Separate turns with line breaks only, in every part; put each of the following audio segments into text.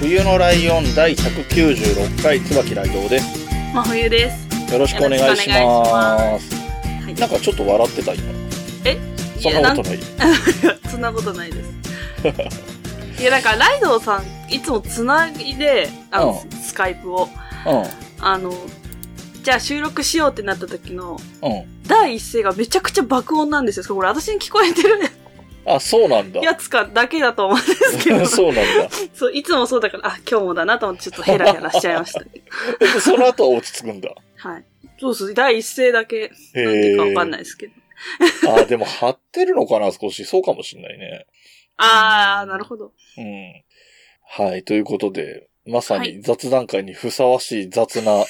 冬のライオン第196回椿ライドウです。
真冬です。
よろしくお願いし
よろしくお
ま
願
す。
はい
なんかちょっと笑ってた今。
い
そ
や
ん
な
なこ
ん
とない。
そんなことないです。いや、なんか、ライドウさん、いつもつないで、あの、
うん
スカイプを、あの、じゃあ収録しようってなった時の、
うん。うん。
第一声がめちゃくちゃ爆音なんですよ。これ私に聞こえてる
あ、そうなんだ。
やつかだけだと思うんですけど、そ
そうなんだ。
う、いつもそうだから、あ、今日もだなと思ってちょっとヘラヘラしちゃいました。
えでその後は落ち着くんだ。
はい。そうそう、第一声だけ、
へ
なんでかわかんない
い。
ですけど。
あ、でも張ってるのかな少し。そうかもしんないね。
あー、なるほど。
うん。はい、ということで、まさ
は
に
い
雑談会にふさわしい雑なオー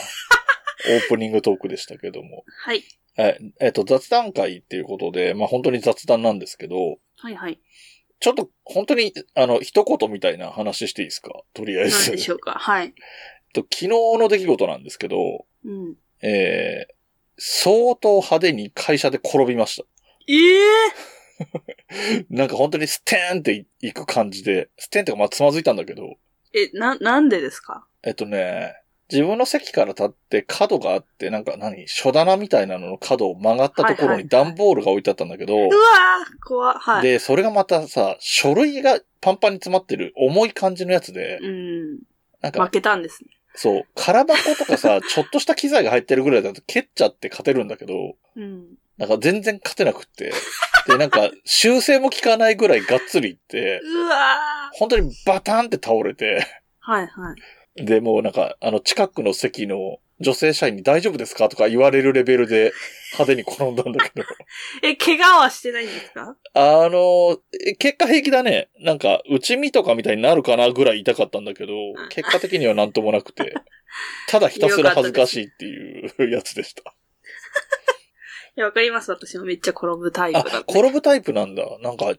プニングトークでしたけども。
はい。
え、えっと、雑談会っていうことで、まあ本当に雑談なんですけど、
はいはい。
ちょっと本当に、あの、一言みたいな話していいですかとりあえ
なん
ず。
でしょうか。はい。
と昨日の出来事なんですけど、
うん。
えー、相当派手に会社で転びました。
ええ
なんか本当にステーンって行く感じで、ステーンってかまあつまずいたんだけど、
え、な、なんでですか
えっとね、自分の席から立って角があって、なんか何書棚みたいなのの角を曲がったところ
はいはい
に段ボールが置いてあったんだけど、
うわー、怖っはい。
で、それがまたさ、書類がパンパンに詰まってる重い感じのやつで、
うん。
なんか
負、けたんですね。
そう、空箱とか さ、ちょっとした機材が入ってるぐらいだと蹴っちゃって勝てるんだけど、
うん。
なんか全然勝てなく って、で、なんか修正も効かないぐらいがっつりいって、
うわー。
本当にバタンって倒れて、
はいはい。
で、もうなんか、あの、近くの席の女性社員に大丈夫ですかとか言われるレベルで派手に転んだんだけど。
え、怪我はしてないんですか
あの、え結果平気だね。なんか、内身とかみたいになるかなぐらい痛かったんだけど、結果的にはなんともなくて、ただひたすら恥ずかしいっていうやつ でした。
いや、わかります。私もめっちゃ転ぶタイプ
あ
だっ、た。
転ぶタイプなんだ。なんか、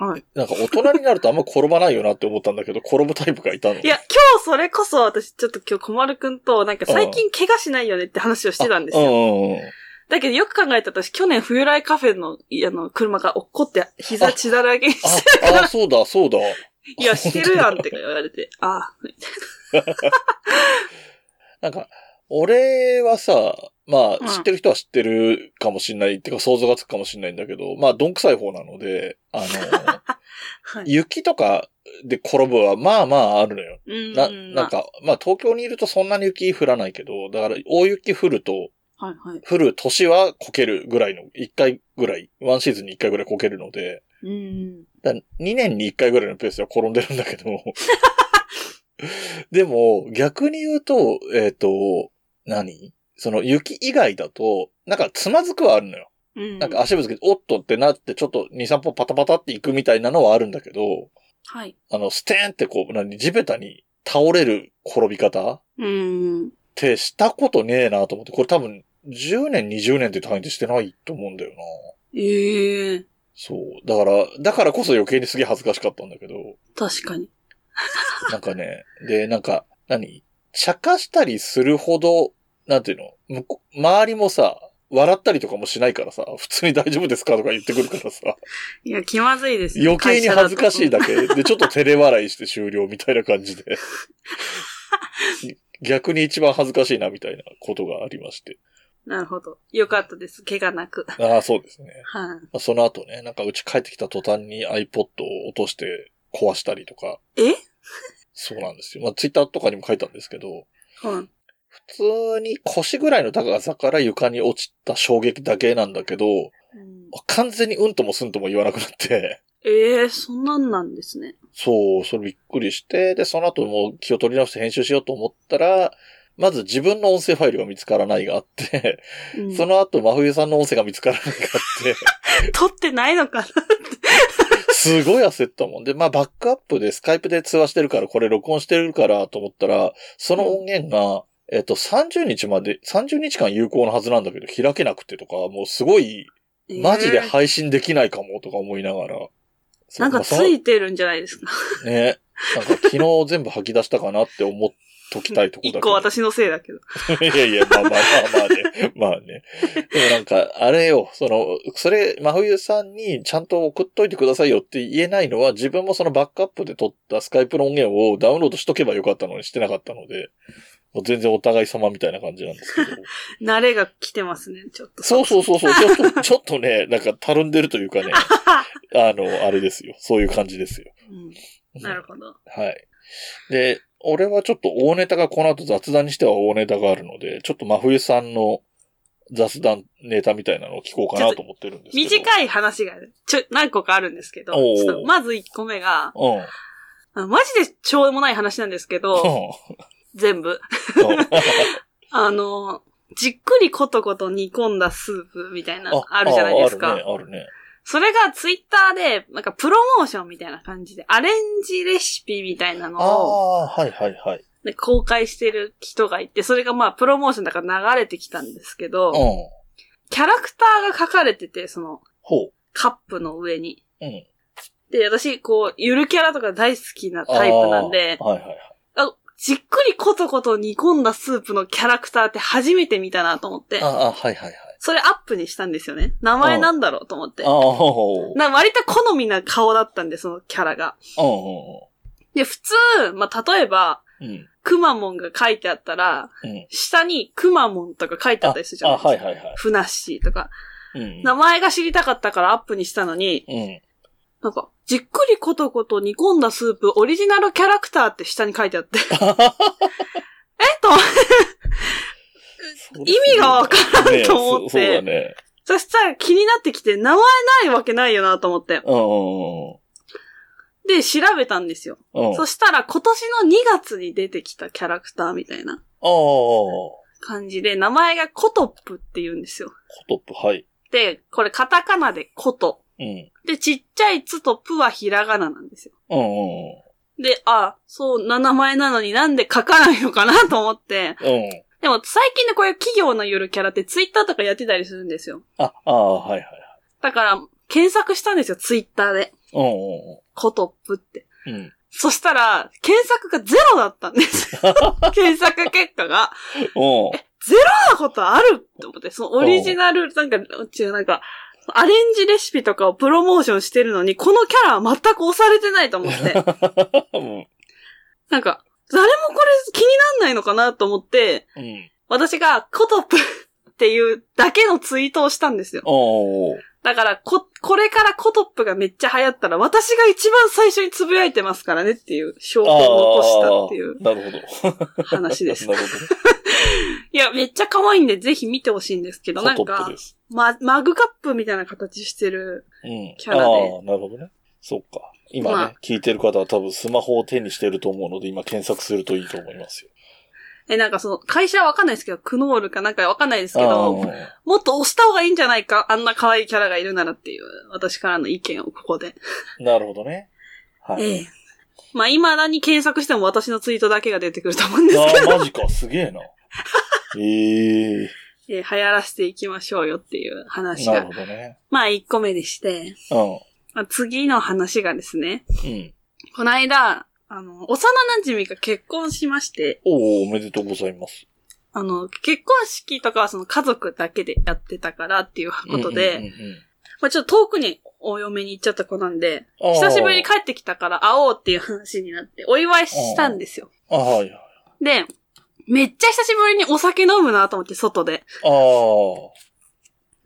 はい。
なんか大人になるとあんま転ばないよなって思ったんだけど、転ぶタイプがいたの。
いや、今日それこそ私ちょっと今日小丸くんとなんか最近怪我しないよねって話をしてたんです
う
よ。
んうんうん。
だけどよく考えたら私去年冬来カフェのいあの車が落っこって膝血だらけにして、
あ、あ、そうだ、そうだ。
いや、してるやんって言われて、あ
なんか、俺はさ、ま
う
あ、
ん
知ってる人は知ってるかもしんない、っていうか想像がつくかもしんないんだけど、まあ、どんくさい方なので、あの、
はい。
雪とかで転ぶは、まあまああるのよ。
うん
な、なん、か、まあ、東京にいるとそんなに雪降らないけど、だから、大雪降ると、
まあはいはい。
降る年はこけるぐらいの、1回ぐらい、ワンシーズンに1回ぐらいこけるので、
うん。
だ2年に1回ぐらいのペースでは転んでるんだけど。 でも、逆に言うと、えっ、と、何その雪以外だと、なんかつまずくはあるのよ。
うん。
なんか、足ぶつけて、おっとってなって、ちょっと2、3歩パタパタって行くみたいなのはあるんだけど、
はい。
あの、ステーンってこう、何、地べたに倒れる転び方っ
うん。
てしたことねえなと思って、これ多分10年、20年って単位でしてないと思うんだよな。
ええ
そう。だから、だからこそ余計にすげえ恥ずかしかったんだけど。
確かに。
なんかね、で、なんか、何茶化したりするほど、なんていうの向こう周りもさ、笑ったりとかもしないからさ、普通に大丈夫ですかとか言ってくるからさ、
いや、気まずいですね、
余計に恥ずかしい
だ。
だけで、ちょっと照れ笑いして終了みたいな感じ で。逆に一番恥ずかしいなみたいなことがありまして。
なるほど。よかったです。怪我なく。
ああ、そうですね。
は
まあその後ね、なんかうち帰ってきた途端に iPod を落として壊したりとか。
い。え
そうなんですよ。まあ Twitter とかにも書いたんですけど、
うん。
普通に腰ぐらいの高さから床に落ちた衝撃だけなんだけど、
うん
完全にうんともすんとも言わなくなって、
ええそんなんなんですね。
そう、それびっくりして、で、その後もう気を取り直して編集しようと思ったら、まず自分の音声ファイルが見つからないがあって、
うん、
その後真冬さんの音声が見つからないがあって、
撮ってないのかな
すすごい焦ったもんで、まあバックアップでスカイプで通話してるから、これ録音してるからと思ったら、その音源が、えっと、30日まで、30日間有効なはずなんだけど、開けなくてとか、もうすごい、 マジで
えー
配信できないかもとか思いながら。そ
な
う
んか
まあ
つ
その
いてるんじゃないですか。
ね。なんか昨日全部吐き出したかなって思っときたいとこだけ
一
ど。
個私のせいだけど。
いやいや、まあまあまあまあね。まあね。でもなんか、あれよ、その、それ、真冬さんにちゃんと送っといてくださいよって言えないのは、自分もそのバックアップで撮ったスカイプの音源をダウンロードしとけばよかったのにしてなかったので、もう全然お互い様みたいな感じなんで すけど。
慣れが来てますね、ちょっと。
そうそうそうそう、ちょっと、ちょっとね、なんかたるんでるとい うかね、あの、あれですよ。そういう感じですよ。
うんなるほど。
はい。で、俺はちょっと大ネタがこの後雑談にしては大ネタがあるので、ちょっと真冬さんの雑談ネタみたいなのを聞こうかなと思ってるんですけど。い
短い話がねちょ、何個かあるんですけど、
おー
ちょっとまず1個目が、
うん。うん。
あのマジでしょうもない話なんですけど、全部。あの、じっくりコトコト煮込んだスープみたいな、 あるじゃないですか。
ああるね、
それがツイッターで、なんかプロモーションみたいな感じで、アレンジレシピみたいな
あるね。あ
のを、
あ、はいはいはい。
ね公開してる人がいて、それがまあプロモーションだから流れてきたんですけど、
うん。
キャラクターが書かれてて、その
ほ
カップの上に。
う。うん。
で、私、こう、ゆるキャラとか大好きなタイプなんで
あ、あはいはいはい。
あじっくりコトコト煮込んだスープのキャラクターって初めて見たなと思って
あ、あ、はいはいはい。
それアップにしたんですよね。名前なんだろうと思って
あ。あ、ほう。
な割と好みな顔だったんで、そのキャラが。
う
で、普通、まあ、例えば、
んうんうん。うん。
くまモンが書いてあったら、
うん。
下にくまモンとか書いてあったりするじゃ
あ
ない
あ、
ですか。
はいはいはい。
ふなっしーとか。
うん。
名前が知りたかったからアップにしたのに、
うん。
なんか、じっくりコトコト煮込んだスープ、オリジナルキャラクターって下に書いてあって。えっと、意味がわからんと思って
ねそうそうだね。
そしたら気になってきて、名前ないわけないよなと思って。
うんうん
で、調べたんですよ。
うんうん。うん。あ
そしたら今年の2月に出てきたキャラクターみたいな
あ。コ
感じで、名前がコトップって言うんですよ。
トップ、はい。
で、これカタカナでコト。
うん。
で、ちっちゃいつとプはひらがななんですよ。
うんうん
で、あ、そんな名前なのになんで書かないのかなと思って。
うん。うん。
でも最近のこういう企業の夜キャラってツイッターとかやってたりするんですよ。
あ、ああ、はいはい。
だから、検索したんですよ、ツイッターで。
うん
コトップって。
うんうん。うん。
そしたら、検索がゼロだったんです。検索結果が。
おう
そんなことあるって思って、そのオリジナル、なんか、違う、なんか、アレンジレシピとかをプロモーションしてるのに、このキャラは全く押されてないと思って。
うん。
なんか、誰もこれ気になんないのかなと思って、
うん。
私がコトップ っていうだけのツイートをしたんですよ。
おう
だから、こ、これからコトップがめっちゃ流行ったら、私が一番最初につぶやいてますからねっていう証拠を残したっていう
なるほど。
話です
な。る
いや、めっちゃ可愛いんで、ぜひ見てほしいんですけど、
ほ ど。
なん
コトップ
か
で、す。
ま、マグカップみたいな形してる。
うん。
キャラで
ああ、なるほどね。そっか。今ね、
まあ
聞いてる方は多分スマホを手にしてると思うので、今検索するといいと思いますよ。
え、なんかその、会社はわかんないですけど、クノールかなんかわかんないですけ
ああ
ど、もっと押した方がいいんじゃないか、あんな可愛いキャラがいるならっていう、私からの意見をここで。
なるほどね。はい。
ええ。まあ、未だに検索しても私のツイートだけが出てくると思うんですけど、
ああ、マジか。すげえな。 ええ
えー流行らせていきましょうよっていう話
なる
が
ほ、どね。
まあ、1個目でして、
う
まあ、次の話がですね、
ん。うん。
この間、あの、幼馴染が結婚しまして、
おおおめでとうございます。
あの、結婚式とかはその家族だけでやってたからっていうことで、
うんうんうんうん
まあちょっと遠くにお嫁に行っちゃった子なんで、
あー
久しぶりに帰ってきたから会おうっていう話になって、お祝いしたんですよ。
あ、はい。あ
で、めっちゃ久しぶりにお酒飲むなと思って、外で。
あ。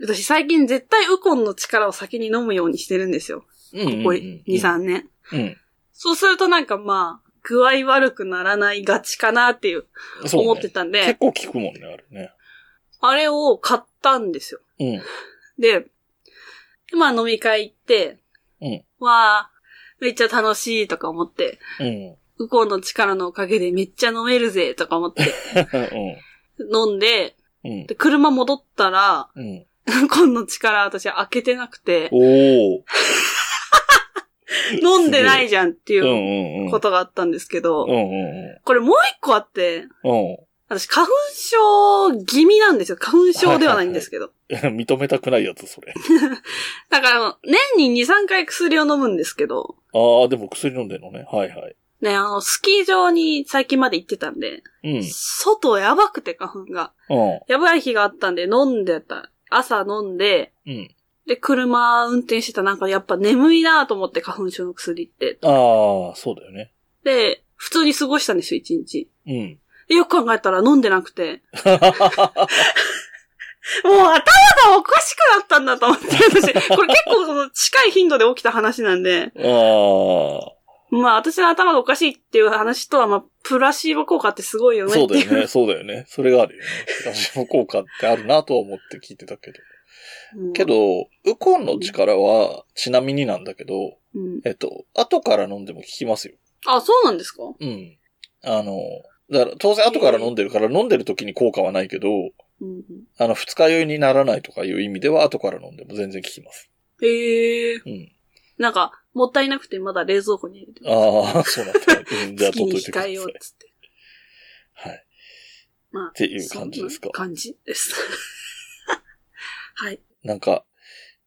私最近絶対ウコンの力を先に飲むようにしてるんですよ。
うんうんうん
ここ2、3年。
うん。
そうするとなんかまあ、具合悪くならないがちかなっていう、
そうね
思ってたんで、
結構聞くもんね、あれね。
あれを買ったんですよ。
うん。
で、まあ飲み会行って、
うん
わあ、めっちゃ楽しいとか思って、
うん。
ウコンの力のおかげでめっちゃ飲めるぜとか思 って飲んで、
うん。
で、車戻ったら、
うん。
ウコンの力私開けてなくて、
おお。
飲んでないじゃんって
うんう
いうん
うん。
ことがあったんですけど、
うんうん
これもう一個あって、
うん。
私花粉症気味なんですよ。花粉症ではないんですけど。
うん。 認めたくないやつ、それ。
だからあの、年に2、3回薬を飲むんですけど、
ああ、でも薬飲んでるのね。はいはい。
ね、あの、スキー場に最近まで行ってたんで、
うん。
外やばくて花粉が。
うん。
やばい日があったんで飲んでた。朝飲んで、
うん。
で、車運転してたなんかやっぱ眠いなと思って花粉症の薬って。
ああ、そうだよね。
で、普通に過ごしたんですよ、一日。
うん。
でよく考えたら飲んでなくて。 もう頭がおかしくなったんだと思って、 私。これ結構その近い頻度で起きた話なんで、
ああ、
まあ私の頭がおかしいっていう話とは、まあプラシーボ効果ってすごいよね
そ
っ
う
て
だ
いう。
よね。そうだよね。それがあるよね。ラジオ効果ってあるなとは思って聞いてたけど。
うん
け、ど、ウコンの力は、ちなみになんだけど、
うん。
えっと、後から飲んでも効きますよ。
あ、そうなんですか
うん。あの、だから当然後から飲んでるから、飲んでる時に効果はないけど、
うん。
あの、二日酔いにならないとかいう意味では、後から飲んでも全然効きます。
へえー。
うん。
なんか、もったいなくてまだ冷蔵庫に入れてる。
ああ、 そうなんだ。うんじゃあ、
月
取
に
っといてく
控
ださ
え
い。
よう
は
っ
い。
つって。まあ
っていう感じですか
そんな。感じです。 はい。
なんか、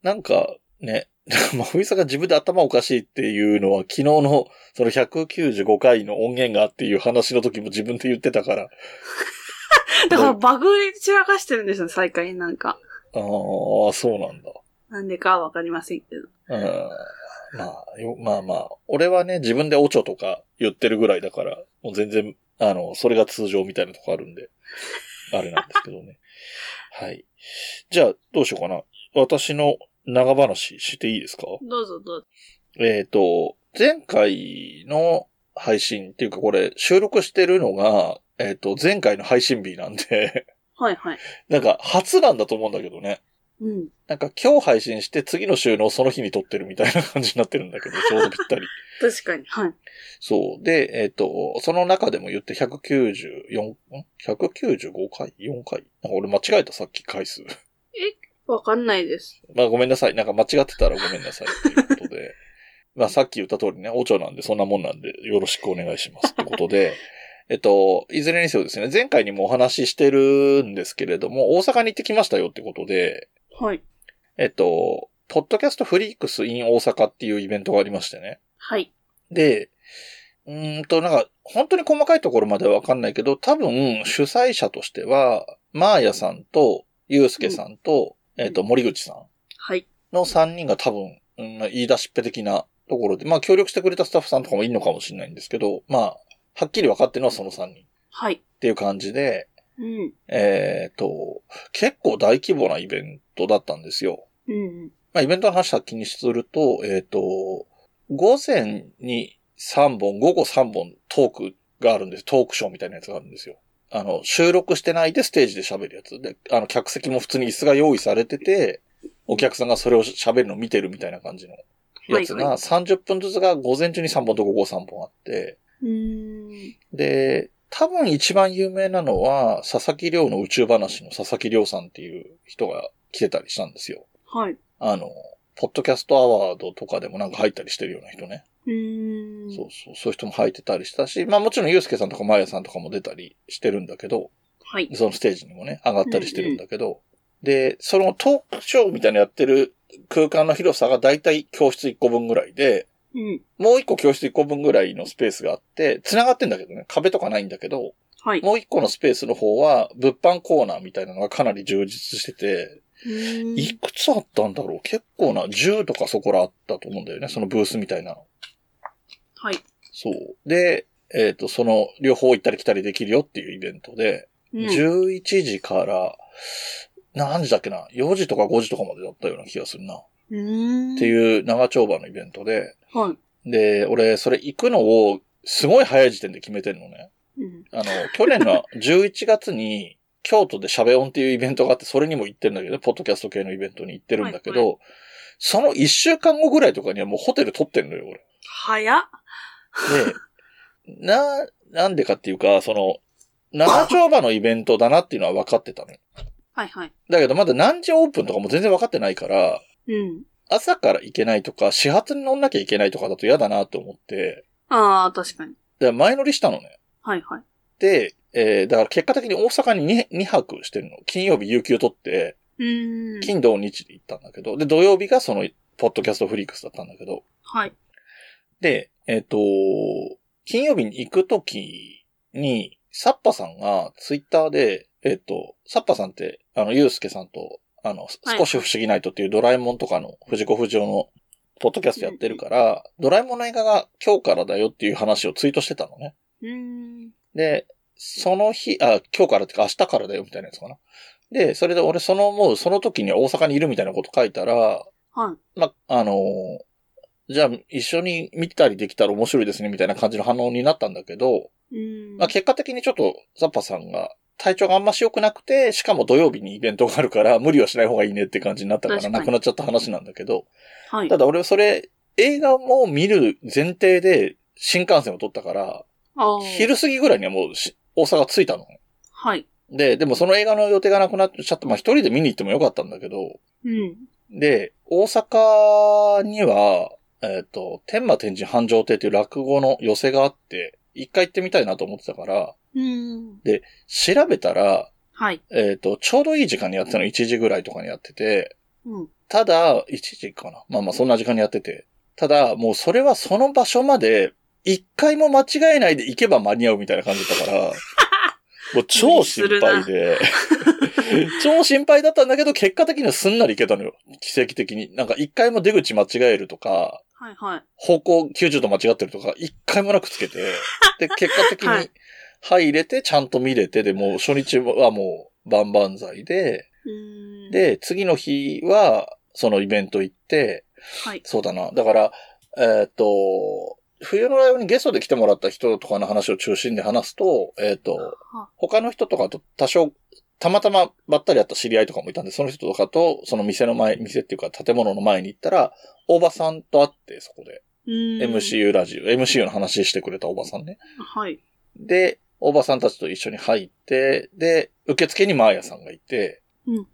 なんかね、 まあ、ふみさんが自分で頭おかしいっていうのは、昨日のその195回の音源がっていう話の時も自分で言ってたから、
だからバグで散らかしてるんですよ、最下位なんか。
ああ、そうなんだ。
なんでかはわかりませんけど。
うん。まあ、よまあまあ、俺はね、自分でおちょとか言ってるぐらいだから、もう全然、あの、それが通常みたいなとこあるんで、 あれなんですけどね。はい。じゃあ、どうしようかな。私の長話していいですか
どうぞどうぞ。
えっ、と、前回の配信っていうかこれ収録してるのが、えっ、と、前回の配信日なんで、
はいはい。
なんか初なんだと思うんだけどね。
うん。
なんか今日配信して次の収納その日に撮ってるみたいな感じになってるんだけど、ちょうどぴったり。
確かに。はい。
そう。で、えっ、と、その中でも言って194、ん ?195 回 ?4 回なんか俺間違えたさっき回数。
わかんないです。
まあごめんなさい。なんか間違ってたらごめんなさいっていうことで。まあさっき言った通りね、お蝶なんでそんなもんなんでよろしくお願いしますってことで。えっと、いずれにせよですね、前回にもお話ししてるんですけれども、大阪に行ってきましたよってことで、
はい。
えっと、ポッドキャストフリークス in 大阪っていうイベントがありましてね。
はい。
で、うーんと、なんか、本当に細かいところまではわかんないけど、多分、主催者としては、マーヤさんと、ゆうすけさんと、えっと、森口さん。
はい。
の3人が多分、うん、言い出しっぺ的なところで、まあ協力してくれたスタッフさんとかもいるのかもしれないんですけど、まあ、はっきり分かってるのはその3人っ
はい。
ていう感じで、
うん。
えっ、と、結構大規模なイベントだったんですよ。
うん。
まあイベントの話先にすると、えっ、と、午前に3本、午後3本トークがあるんです。トークショーみたいなやつがあるんですよ。あの、収録してないでステージで喋るやつ。で、あの、客席も普通に椅子が用意されてて、お客さんがそれを喋るのを見てるみたいな感じのやつ
はいは
が、30分ずつが午前中に3本と午後3本あって、
うーん。
で、多分一番有名なのは、佐々木亮の宇宙話の佐々木亮さんっていう人が来てたりしたんですよ。
はい。
あの、ポッドキャストアワードとかでもなんか入ったりしてるような人ね。
うーん。
そうそう、そういう人も入ってたりしたし、まあもちろんユうスケさんとかマーヤさんとかも出たりしてるんだけど、
はい。
そのステージにもね、上がったりしてるんだけど、で、そのトークショーみたいなのやってる空間の広さがだいたい教室1個分ぐらいで、
うん。
もう1個教室1個分ぐらいのスペースがあって、繋がってんだけどね、壁とかないんだけど、
はい。
もう1個のスペースの方は物販コーナーみたいなのがかなり充実してて、
うーん
いくつあったんだろう結構な、10とかそこらあったと思うんだよね。そのブースみたいなの。
はい。
そう。で、えっ、と、その、両方行ったり来たりできるよっていうイベントで、
うん。
11時から、何時だっけな ?4 時とか5時とかまでだったような気がするな。っ
うーん。
て
う。
いう長丁場のイベントで、
はい。
で、俺、それ行くのを、すごい早い時点で決めてんのね。
うん。
あの、去年の11月に、京都で喋音っていうイベントがあって、それにも行ってるんだけどね、ポッドキャスト系のイベントに行ってるんだけど、
はい
その1週間後ぐらいとかにはもうホテル取ってんのよ、俺。
早っ。
で、な、なんでかっていうか、その、長丁場のイベントだなっていうのは分かってたのよ。
はいはい。
だけどまだ何時オープンとかも全然分かってないから、
うん。
朝から行けないとか、始発に乗んなきゃいけないとかだと嫌だなと思って、
ああ、確かに。
で前乗りしたのね。
はいはい。
で、えーだから結果的に大阪に 2, 2泊してるの。金曜日有給取って、
うーん。
金土日で行ったんだけど、で、土曜日がその、ポッドキャストフリークスだったんだけど、
はい。
で、えっ、と、金曜日に行くときに、サッパさんがツイッターで、えっ、と、サッパさんって、あの、ゆうすけさんと、あの、
はい
少し不思議ないとっていうドラえもんとかの藤子不二雄のポッドキャストやってるから、ドラえもんの映画が今日からだよっていう話をツイートしてたのね。
うーん。
で、その日、あ、今日からっていうか明日からだよみたいなやつかな。で、それで俺そのもうその時には大阪にいるみたいなこと書いたら、
はい。
ま、あのーじゃあ一緒に見たりできたら面白いですねみたいな感じの反応になったんだけど、
うーん。
まあ、結果的にちょっとザッパさんが体調があんまし良くなくて、しかも土曜日にイベントがあるから無理はしない方がいいねって感じになったから
確かに
なくなっちゃった話なんだけど、
はい
た。だ俺はそれ映画も見る前提で新幹線を取ったから、
あー
昼過ぎぐらいにはもうし大阪着いたの。
はい。
で、でもその映画の予定がなくなっちゃって、まあ一人で見に行ってもよかったんだけど、
うん。
で、大阪には、えっ、と、天馬天神繁盛亭っていう落語の寄せがあって、一回行ってみたいなと思ってたから、
うーん。
調べたら、
はい。
えっ、と、ちょうどいい時間にやってたの、1時ぐらいとかにやってて、
うん。
ただ、1時かな。まあまあ、そんな時間にやってて。ただ、もうそれはその場所まで、一回も間違えないで行けば間に合うみたいな感じだった から、もう超心配で、超心配だったんだけど、結果的にはすんなり行けたのよ。奇跡的に。なんか一回も出口間違えるとか、
はいはい。
方向90度間違ってるとか、一回もなくつけて、で、結果的
は
に
い
入れて、ちゃんと見れて、で、もう初日はもう万々歳で、
うーん。、
で、次の日は、そのイベント行って、
はい。
そうだな。だから、えーっ、と、冬のライブにゲストで来てもらった人とかの話を中心で話すと、えーっ、と、
は
他の人とかと多少、たまたまばったり会った知り合いとかもいたんで、その人とかと、その店の前、店っていうか建物の前に行ったら、おばさんと会って、そこで。
うーん。。
MCU ラジオ、MCU の話してくれたおばさんね。
はい。
で、おばさんたちと一緒に入って、で、受付にマーヤさんがいて、
うん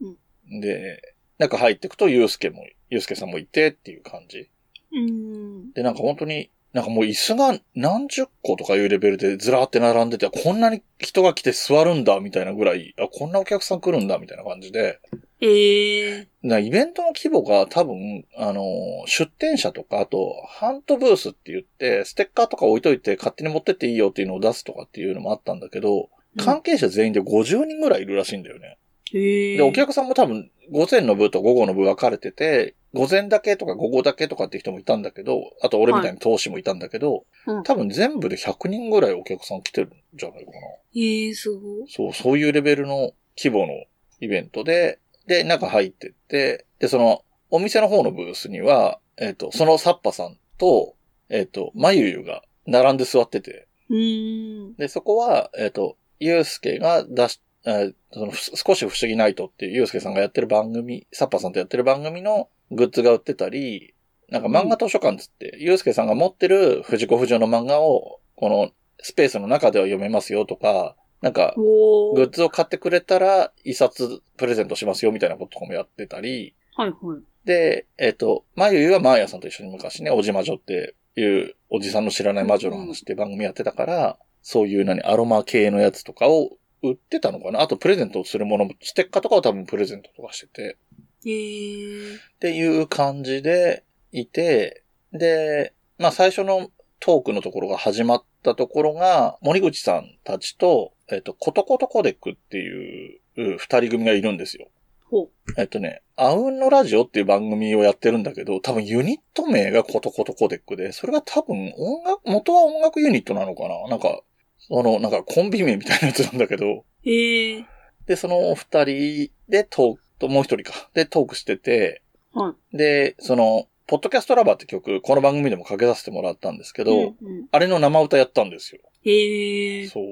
うん。
で、中入ってくと、ゆうすけも、ゆうすけさんもいてっていう感じ。
うーん。
で、なんか本当に、なんかもう椅子が何十個とかいうレベルでずらーって並んでて、こんなに人が来て座るんだ、みたいなぐらい、あ、こんなお客さん来るんだ、みたいな感じで、
ええ
なイベントの規模が多分、あの、出店者とか、あと、ハントブースって言って、ステッカーとか置いといて勝手に持ってっていいよっていうのを出すとかっていうのもあったんだけど、
うん
関係者全員で50人ぐらいいるらしいんだよね。
ええ
で、お客さんも多分、午前の部と午後の部分分かれてて、午前だけとか午後だけとかって人もいたんだけど、あと俺みたいに投資もいたんだけど、
うん
多分全部で100人ぐらいお客さん来てるんじゃないかな。
ええすごい。
そう、そういうレベルの規模のイベントで、で、中入ってって、で、その、お店の方のブースには、えっ、と、そのサッパさんと、えっ、と、まゆゆが並んで座ってて、
うーん。
で、そこは、えっ、と、ゆうすけが出し、えーその、ふ少し不思議ナイトっていうゆうすけさんがやってる番組、サッパさんとやってる番組のグッズが売ってたり、なんか漫画図書館つって、ゆうすけさんが持ってる藤子不二雄の漫画を、このスペースの中では読めますよとか、なんか、
お
グ
ー
ッズを買ってくれたら、一冊プレゼントしますよ、みたいなこととかもやってたり、
はいはい。
で、えっ、と、まゆゆはまーやさんと一緒に昔ね、おじ魔女っていう、おじさんの知らない魔女の話っていう番組やってたから、そういう何、アロマ系のやつとかを売ってたのかなあと、プレゼントをするものも、ステッカーとかを多分プレゼントとかしてて、
ええ
っていう感じでいて、で、まあ最初のトークのところが始まったところが、森口さんたちと、えっと、ことことコデックっていうう二人組がいるんですよ。
ほう。
えっとね、アウンのラジオっていう番組をやってるんだけど、多分ユニット名がことことコデックで、それが多分音楽、元は音楽ユニットなのかななんか、その、なんかコンビ名みたいなやつなんだけど、
ええ
で、そのお二人でトーク、ともう一人か、でトークしてて、
はい。
で、その、ポッドキャストラバーって曲、この番組でもかけさせてもらったんですけど、
うんうん、
あれの生歌やったんですよ。
ええ
そう。っ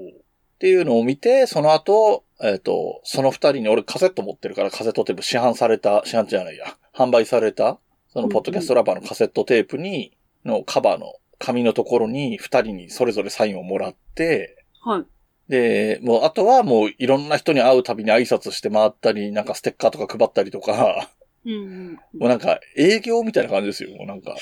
ていうのを見て、その後、えっ、と、その二人に俺カセット持ってるからカセットテープ市販された、市販じゃないや、販売された、そのポッドキャストラバーのカセットテープに、のカバーの紙のところに二人にそれぞれサインをもらって、
はい。
で、もう、あとはもう、いろんな人に会うたびに挨拶して回ったり、なんかステッカーとか配ったりとか、
うんうん。
もうなんか営業みたいな感じですよ。もうなんか。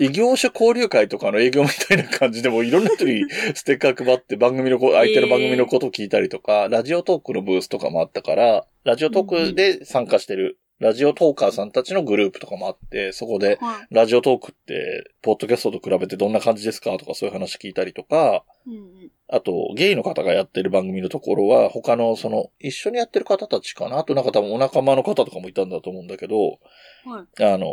異業種交流会とかの営業みたいな感じで、もういろんな人にステッカー配って番組のこ、相手の番組のことを聞いたりとか、ラジオトークのブースとかもあったから、ラジオトークで参加してる、ラジオトーカーさんたちのグループとかもあって、そこで、
はい
ラジオトークって、ポッドキャストと比べてどんな感じですかとかそういう話聞いたりとか、
うんうん
あと、ゲイの方がやってる番組のところは、他の、その、一緒にやってる方たちかなあと、なんか多分お仲間の方とかもいたんだと思うんだけど、
はい
あの、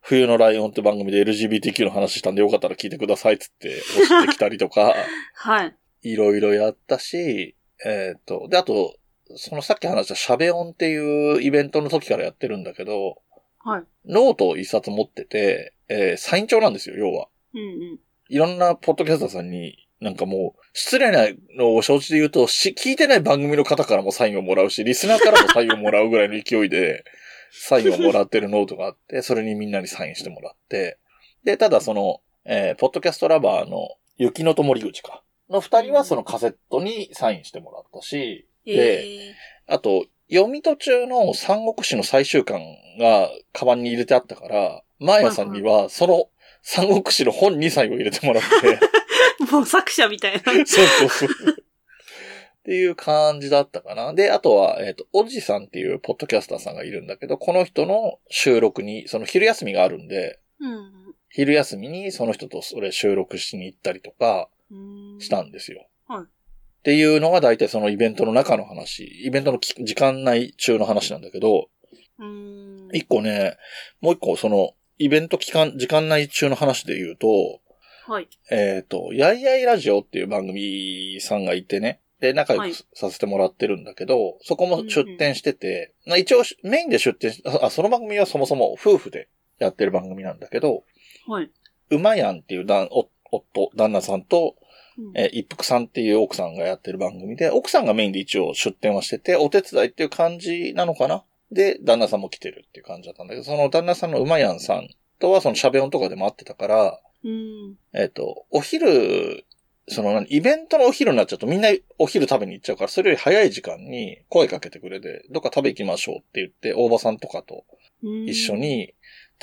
冬のライオンって番組で LGBTQ の話したんでよかったら聞いてくださいっつって押してきたりとか、
はい。
いろいろやったし、えーっ、と、で、あと、そのさっき話したシャベオンっていうイベントの時からやってるんだけど、
はい。
ノートを一冊持ってて、えーサイン帳なんですよ、要は。
うんうん。
いろんなポッドキャスターさんに、なんかもう、失礼なのを承知で言うと、し、聞いてない番組の方からもサインをもらうし、リスナーからもサインをもらうぐらいの勢いで、サインをもらってるノートがあって、それにみんなにサインしてもらって、で、ただその、えーポッドキャストラバーの、雪のともり口か。の二人はそのカセットにサインしてもらったし、で
え
あと、読み途中の三国志の最終巻がカバンに入れてあったから、マーヤさんには、その三国志の本にサインを入れてもらって、
ー もう作者みたいな。
そう そうそう。っていう感じだったかな。で、あとは、えっ、と、おじさんっていうポッドキャスターさんがいるんだけど、この人の収録に、その昼休みがあるんで、
うん
昼休みにその人とそれ収録しに行ったりとか
うん。
したんですよ。
はい
っていうのが大体そのイベントの中の話、イベントのき時間内中の話なんだけど、
うん。
一個ね、もう一個その、イベント期間、時間内中の話で言うと、
はい。
えっ、と、やいやいラジオっていう番組さんがいてね、で、仲良
は
く
い
させてもらってるんだけど、そこも出展してて、まあ一応メインで出展しあ、その番組はそもそも夫婦でやってる番組なんだけど、
はい。
うまやんっていう旦お夫、旦那さんと、
うん
えー一服さんっていう奥さんがやってる番組で、奥さんがメインで一応出店はしてて、お手伝いっていう感じなのかなで、旦那さんも来てるっていう感じだったんだけど、その旦那さんのうまやんさんとはその喋音とかでも会ってたから、
うん。
えっ、と、お昼、その何、イベントのお昼になっちゃうとみんなお昼食べに行っちゃうから、それより早い時間に声かけてくれて、どっか食べ行きましょうって言って、大場さんとかと
一
一緒。に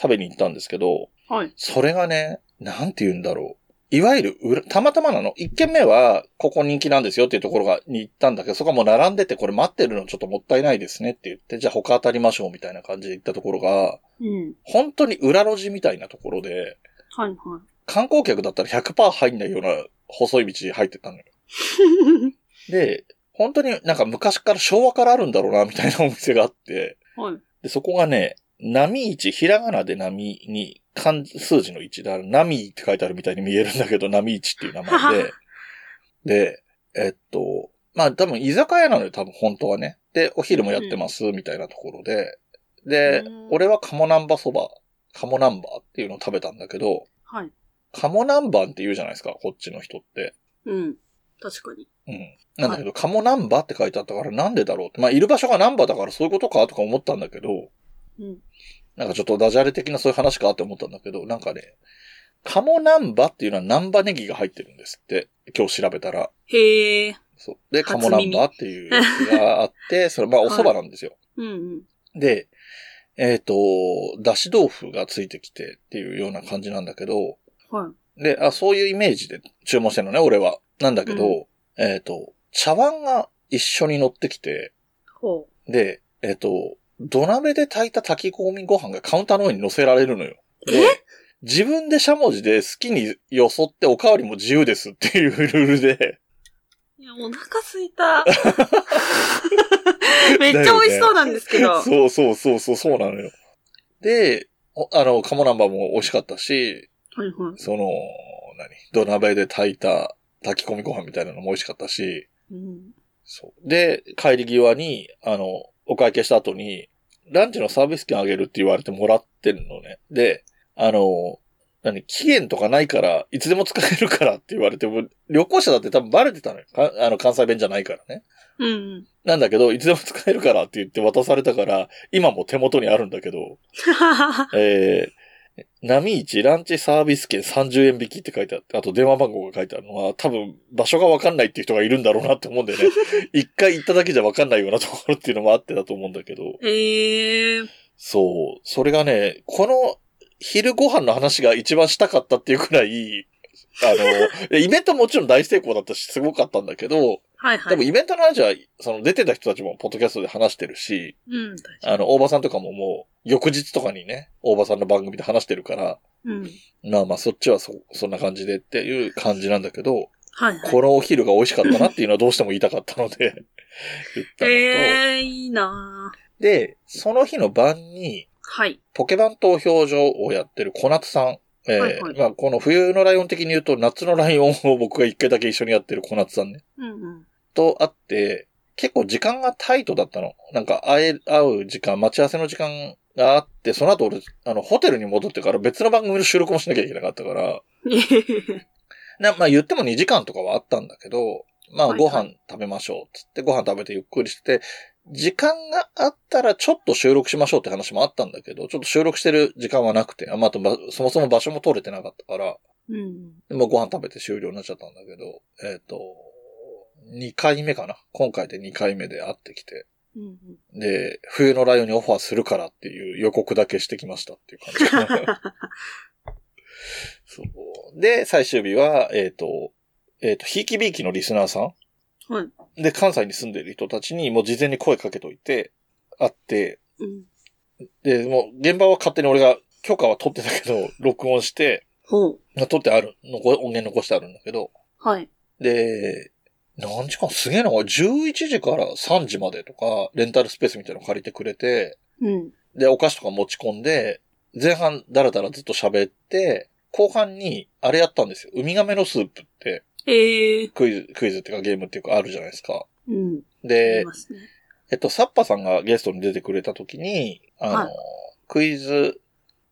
食べに行ったんですけど、
はい。
それがね、なんて言うんだろう。いわゆる裏、たまたまなの。一軒目は、ここ人気なんですよっていうところが、に行ったんだけど、そこはもう並んでて、これ待ってるのちょっともったいないですねって言って、じゃあ他当たりましょうみたいな感じで行ったところが、
うん。
本当に裏路地みたいなところで、
はい は
観光客だったら100%入んないような細い道入ってたのよ。
い。
で、本当になんか昔から昭和からあるんだろうな、みたいなお店があって、
はい。
で、そこがね、波一、ひらがなで波に、漢字数字の1である、波って書いてあるみたいに見えるんだけど、波一っていう名 前で、で、えっと、まあ多分居酒屋なのよ、多分本当はね。で、お昼もやってます、みたいなところで、で
うん、
俺は鴨南波そば、鴨南波っていうのを食べたんだけど、
はい。
鴨南蛮って言うじゃないですか、こっちの人って。
うん。確かに。
うん。なんだけど、鴨南蛮って書いてあったからなんでだろうって。まあ、いる場所が南蛮だからそういうことかとか思ったんだけど、
うん。
なんかちょっとダジャレ的なそういう話かって思ったんだけど、なんかね、鴨南蛮っていうのは南蛮ネギが入ってるんですって、今日調べたら。
へえ。
そう。で、
初
鴨南
耳
蛮っていうやつがあ って、それ、まあ、お蕎麦なんですよ。
うんうん。
で、えっ、と、だし豆腐がついてきてっていうような感じなんだけど、
は
で、あ、そういうイメージで注文してるのね、俺は。なんだけど、えっ、と、茶碗が一緒に乗ってきて、
い。ほ
で、えっ、と、土鍋で炊いた炊き込みご飯がカウンターの上に乗せられるのよ。で自分でしゃもじで好きによそっておかわりも自由ですっていうルールで、
う。いや、お腹すいた。めっちゃ美味しそうなんですけど。
そうそうそうそう、そうなのよ。で、おあの、カモナンバーも美味しかったし、
はいは
その、何土鍋で炊いた炊き込みご飯みたいなのも美味しかったし、
い。うん。
そう。で、帰り際に、あの、お会計した後に、ランチのサービス券あげるって言われてもらってるのね。で、あの、何期限とかないから、いつでも使えるからって言われても、旅行者だって多分バレてたのよ。かあの、関西弁じゃないからね。
うん。
なんだけど、いつでも使えるからって言って渡されたから、今も手元にあるんだけど、えー、波一ランチサービス券30円引きって書いてあって、あと電話番号が書いてあるのは、多分場所がわかんないっていう人がいるんだろうなって思うんだ よね。一回行っただけじゃわかんないようなところっていうのもあってだと思うんだけど、
ええ。
そう。それがね、この昼ご飯の話が一番したかったっていうくらい、あの、イベントもちろん大成功だったし、すごかったんだけど、
はいは
でも
い。
イベントの話は、その出てた人たちもポッドキャストで話してるし、
うん、
あの、大場さんとかももう、翌日とかにね、大場さんの番組で話してるから、
うん。
まあまあそっちはそ、そんな感じでっていう感じなんだけど、
はいはい。
このお昼が美味しかったなっていうのはどうしても言いたかったので、言ったのと、
ええー、いいなぁ
で、その日の晩に、
はい。
ポケバン投票所をやってる小夏さん。えー
はいはい
まあ、この冬のライオン的に言うと、夏のライオンを僕が一回だけ一緒にやってる小夏さんね。
うんうん。
と会って、結構時間がタイトだったの。なんか会え、会う時間、待ち合わせの時間があって、その後俺、あの、ホテルに戻ってから別の番組の収録もしなきゃいけなかったから、
えへへへ
な、まあ言っても2時間とかはあったんだけど、まあ
はい
ご
は
飯食べましょうっつってご飯食べてゆっくりして、時間があったらちょっと収録しましょうって話もあったんだけど、ちょっと収録してる時間はなくて、あまあ、あとばそもそも場所も取れてなかったから、
うん。
もうご飯食べて終了になっちゃったんだけど、えっ、と、2回目かな。今回で2回目で会ってきて。
うんうん。
で、冬のライオンにオファーするからっていう予告だけしてきましたっていう感 じかな。そう。で、最終日は、えっ、と、えっ、と、ひいきびいきのリスナーさん。
はい
で、関西に住んでる人たちにもう事前に声かけといて、会って、
うん。
で、もう現場は勝手に俺が許可は取ってたけど、 録音して、
ほ
まあ取ってある、の音源残してあるんだけど、
う。はい。
で、何時間すげえな、11時から3時までとか、レンタルスペースみたいなの借りてくれて、
うん。
で、お菓子とか持ち込んで、前半だらだらずっと喋って、後半に、あれやったんですよ。ウミガメのスープって、
ええー。
クイズ、クイズっていうかゲームっていうかあるじゃないですか。
うん。あ
で
り、ますね。
えっと、サッパさんがゲストに出てくれた時に、あの、
はい
クイズ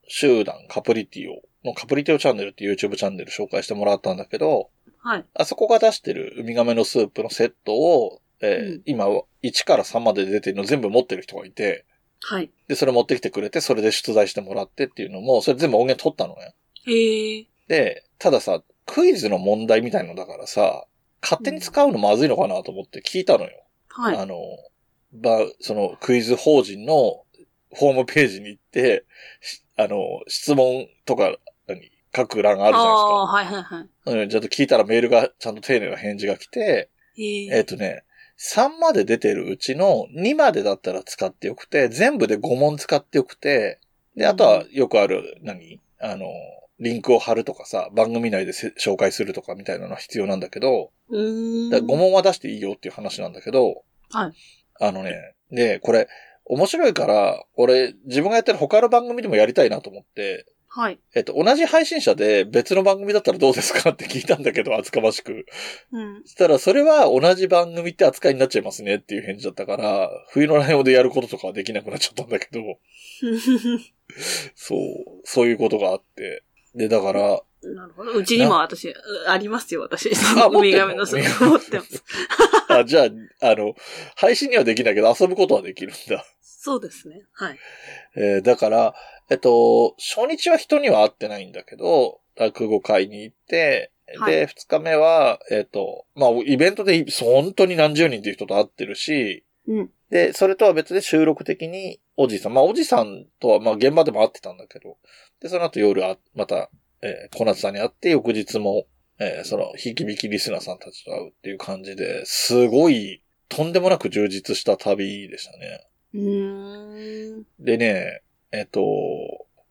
集団カプリティオのカプリティオチャンネルっていう YouTube チャンネル紹介してもらったんだけど、
はい。
あそこが出してるウミガメのスープのセットを、えー
うん
今、1から3まで出てるの全部持ってる人がいて、
はい。
で、それ持ってきてくれて、それで出題してもらってっていうのも、それ全部音源取ったのね。
ええ
で、たださ、クイズの問題みたいのだからさ、勝手に使うのまずいのかなと思って聞いたのよ。
はい。
あの、ば、その、クイズ法人のホームページに行って、しあの、質問とか、何、書く欄があるじゃな
あ
いですか
あ、はいはいは。
うんちょっと聞いたらメールが、ちゃんと丁寧な返事が来て、
い。え
えっ、
え
とね、3まで出てるうちの2までだったら使ってよくて、全部で5問使ってよくて、で、あとはよくある、何あの、リンクを貼るとかさ、番組内でせ紹介するとかみたいなのは必要なんだけど、
うーん。
だ5問は出していいよっていう話なんだけど、
はい。
あのね、で、これ、面白いから、俺、自分がやってる他の番組でもやりたいなと思って、
はい。
えっと、同じ配信者で別の番組だったらどうですかって聞いたんだけど、厚かましく。
うん。
したら、それは同じ番組って扱いになっちゃいますねっていう返事だったから、冬のライオンでやることとかはできなくなっちゃったんだけど、そう、そういうことがあって。で、だから、
なるほど。うちにも私、うありますよ、私。
あ持
ウ
ってんの
ミガメの巣
ウミガメ
持ってます。
あ、じゃあ、あの、配信にはできないけど遊ぶことはできるんだ。
そうですね。はい。
えーだから、えっと、初日は人には会ってないんだけど、落語会に行って、
はい
で、二日目は、えっと、まあ、イベントで本当に何十人っていう人と会ってるし、
うん。
で、それとは別で収録的におじいさん。まあ、おじさんとは、まあ、現場でも会ってたんだけど。で、その後夜あ、また、えー小夏さんに会って、翌日も、えーその、ひきびきリスナーさんたちと会うっていう感じで、すごい、とんでもなく充実した旅でしたね。
うーん。
でね、えっ、と、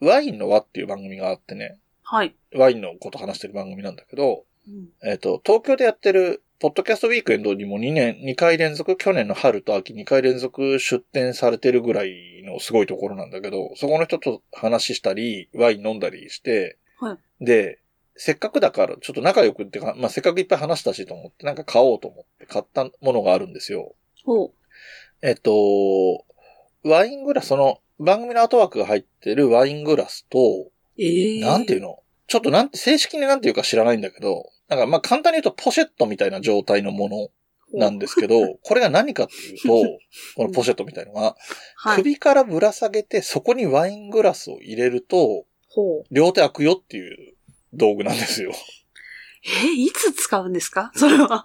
ワインの輪っていう番組があってね、
はい。
ワインのこと話してる番組なんだけど、
うん
えっ、と、東京でやってる、ポッドキャストウィークエンドにも2年、2回連続、去年の春と秋2回連続出展されてるぐらいのすごいところなんだけど、そこの人と話したり、ワイン飲んだりして、
は
で、せっかくだから、ちょっと仲良くっていうか、まあ、せっかくいっぱい話したしと思って、なんか買おうと思って買ったものがあるんですよ。
ほ
えっと、ワイングラス、その番組のアートワークが入ってるワイングラスと、
う。ええ
なんていうのちょっとなんて、正式になんていうか知らないんだけど、なんかまあ簡単に言うとポシェットみたいな状態のものなんです けど、これが何かっていうと、このポシェットみたいのが、
はい。
首からぶら下げてそこにワイングラスを入れると、
ほう。
両手開くよっていう道具なんですよ。
え、いつ使うんですか それは。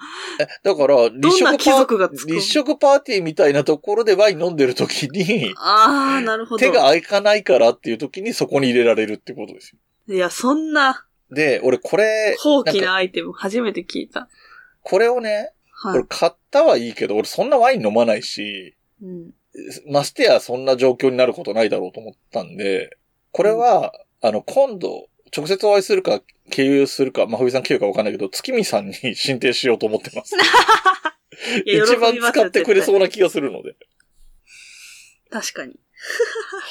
だか
ど
ら、
んな貴族が
立
作
食
る
パーティーみたいなところでワイン飲んでる時に、
ああ、なるほど。
手が開かないからっていう時にそこに入れられるってことですよ。
いや、そんな、
で、俺これ、
高貴
んか
なアイテム初めて聞いた。
これをね、
は
俺
い。
買ったはいいけど、俺そんなワイン飲まないし、
うん。
ましてやそんな状況になることないだろうと思ったんで、これは、あの、今度、直接お会いするか、経由するか、まあ、ふさん経由かわかんないけど、月見さんに 進呈しようと思ってます。
いや
一番
喜びます
使
よ
ってくれ
絶
そうな気がするので。
対確かに。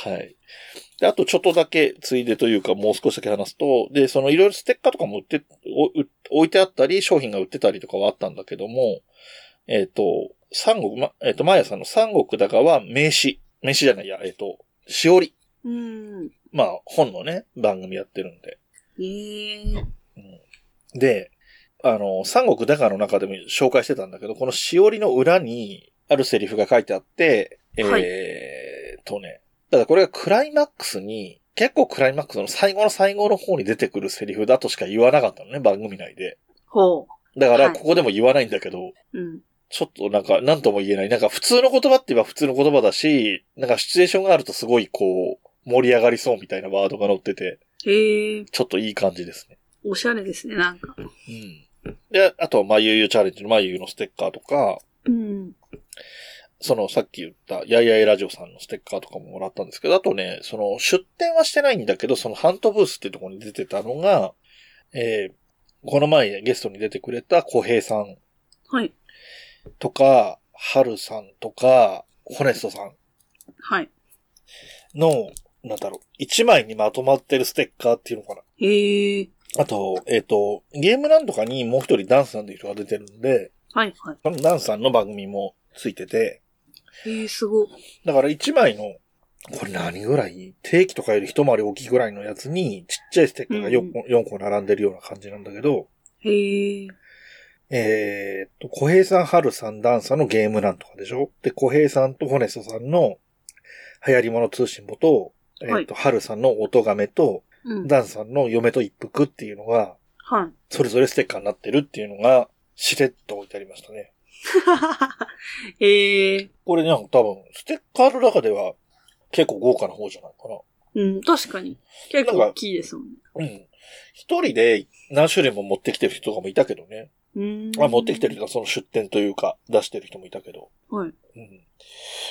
はい。で、あとちょっとだけついでというか、もう少しだけ話すと、で、そのいろいろステッカーとかも売って、おう置いてあったり、商品が売ってたりとかはあったんだけども、えっ、と、三国、ま、えっ、と、マーヤさんの三国だかは名詞、名詞じゃないや、えっ、と、しおり。
うん。
まあ、本のね、番組やってるんで。
ええー。
で、あの、三国だかの中でも紹介してたんだけど、このしおりの裏にあるセリフが書いてあって、えー
はい
とね、ただこれがクライマックスに、結構クライマックスの最後の最後の方に出てくるセリフだとしか言わなかったのね、番組内で。
ほ
だか
は
ら、
い
ここでも言わないんだけど、
う。うん。
ちょっとなんか、なんとも言えない。なんか、普通の言葉って言えば普通の言葉だし、なんか、シチュエーションがあるとすごい、こう、盛り上がりそうみたいなワードが載ってて、
ええー。
ちょっといい感じですね。
おしゃれですね、なんか。
うん。で、あとは、まあ、ゆうゆうチャレンジの、まあ、ゆうゆうのステッカーとか、
うん。
その、さっき言った、やいやいラジオさんのステッカーとかももらったんですけど、あとね、その、出店はしてないんだけど、その、ハントブースってところに出てたのが、えー、この前ゲストに出てくれた小平さん
はい。
とか、はるさんとか、ホネストさん
はい。
の、なんだろう、一枚にまとまってるステッカーっていうのかな。
ええー。
あと、えっ、と、ゲームランドかにもう一人ダンスさんという人が出てるんで、
はい、はい。
そのダンスさんの番組もついてて、
ええー、すごい。
だから一枚の、これ何ぐらい定期とかより一回り大きいぐらいのやつに、ちっちゃいステッカーが 4, 個4個並んでるような感じなんだけど、
ええー。
えーっと、小平さん、春さん、ダンさんのゲームなんとかでしょで、小平さんとホネストさんの流行り物通信簿と、えーっと、春さんの音めと、
うん。
ダンさんの嫁と一服っていうのが、
はい。
それぞれステッカーになってるっていうのが、しれっと置いてありましたね。
ええ
これね、多分、ステッカーの中では結構豪華な方じゃないかな。
うん、確かに。結構大きいですもんね。
うん。一人で何種類も持ってきてる人とかもいたけどね。
うーん。
あ持ってきてる人はその出店というか出してる人もいたけど。
はい。
うん。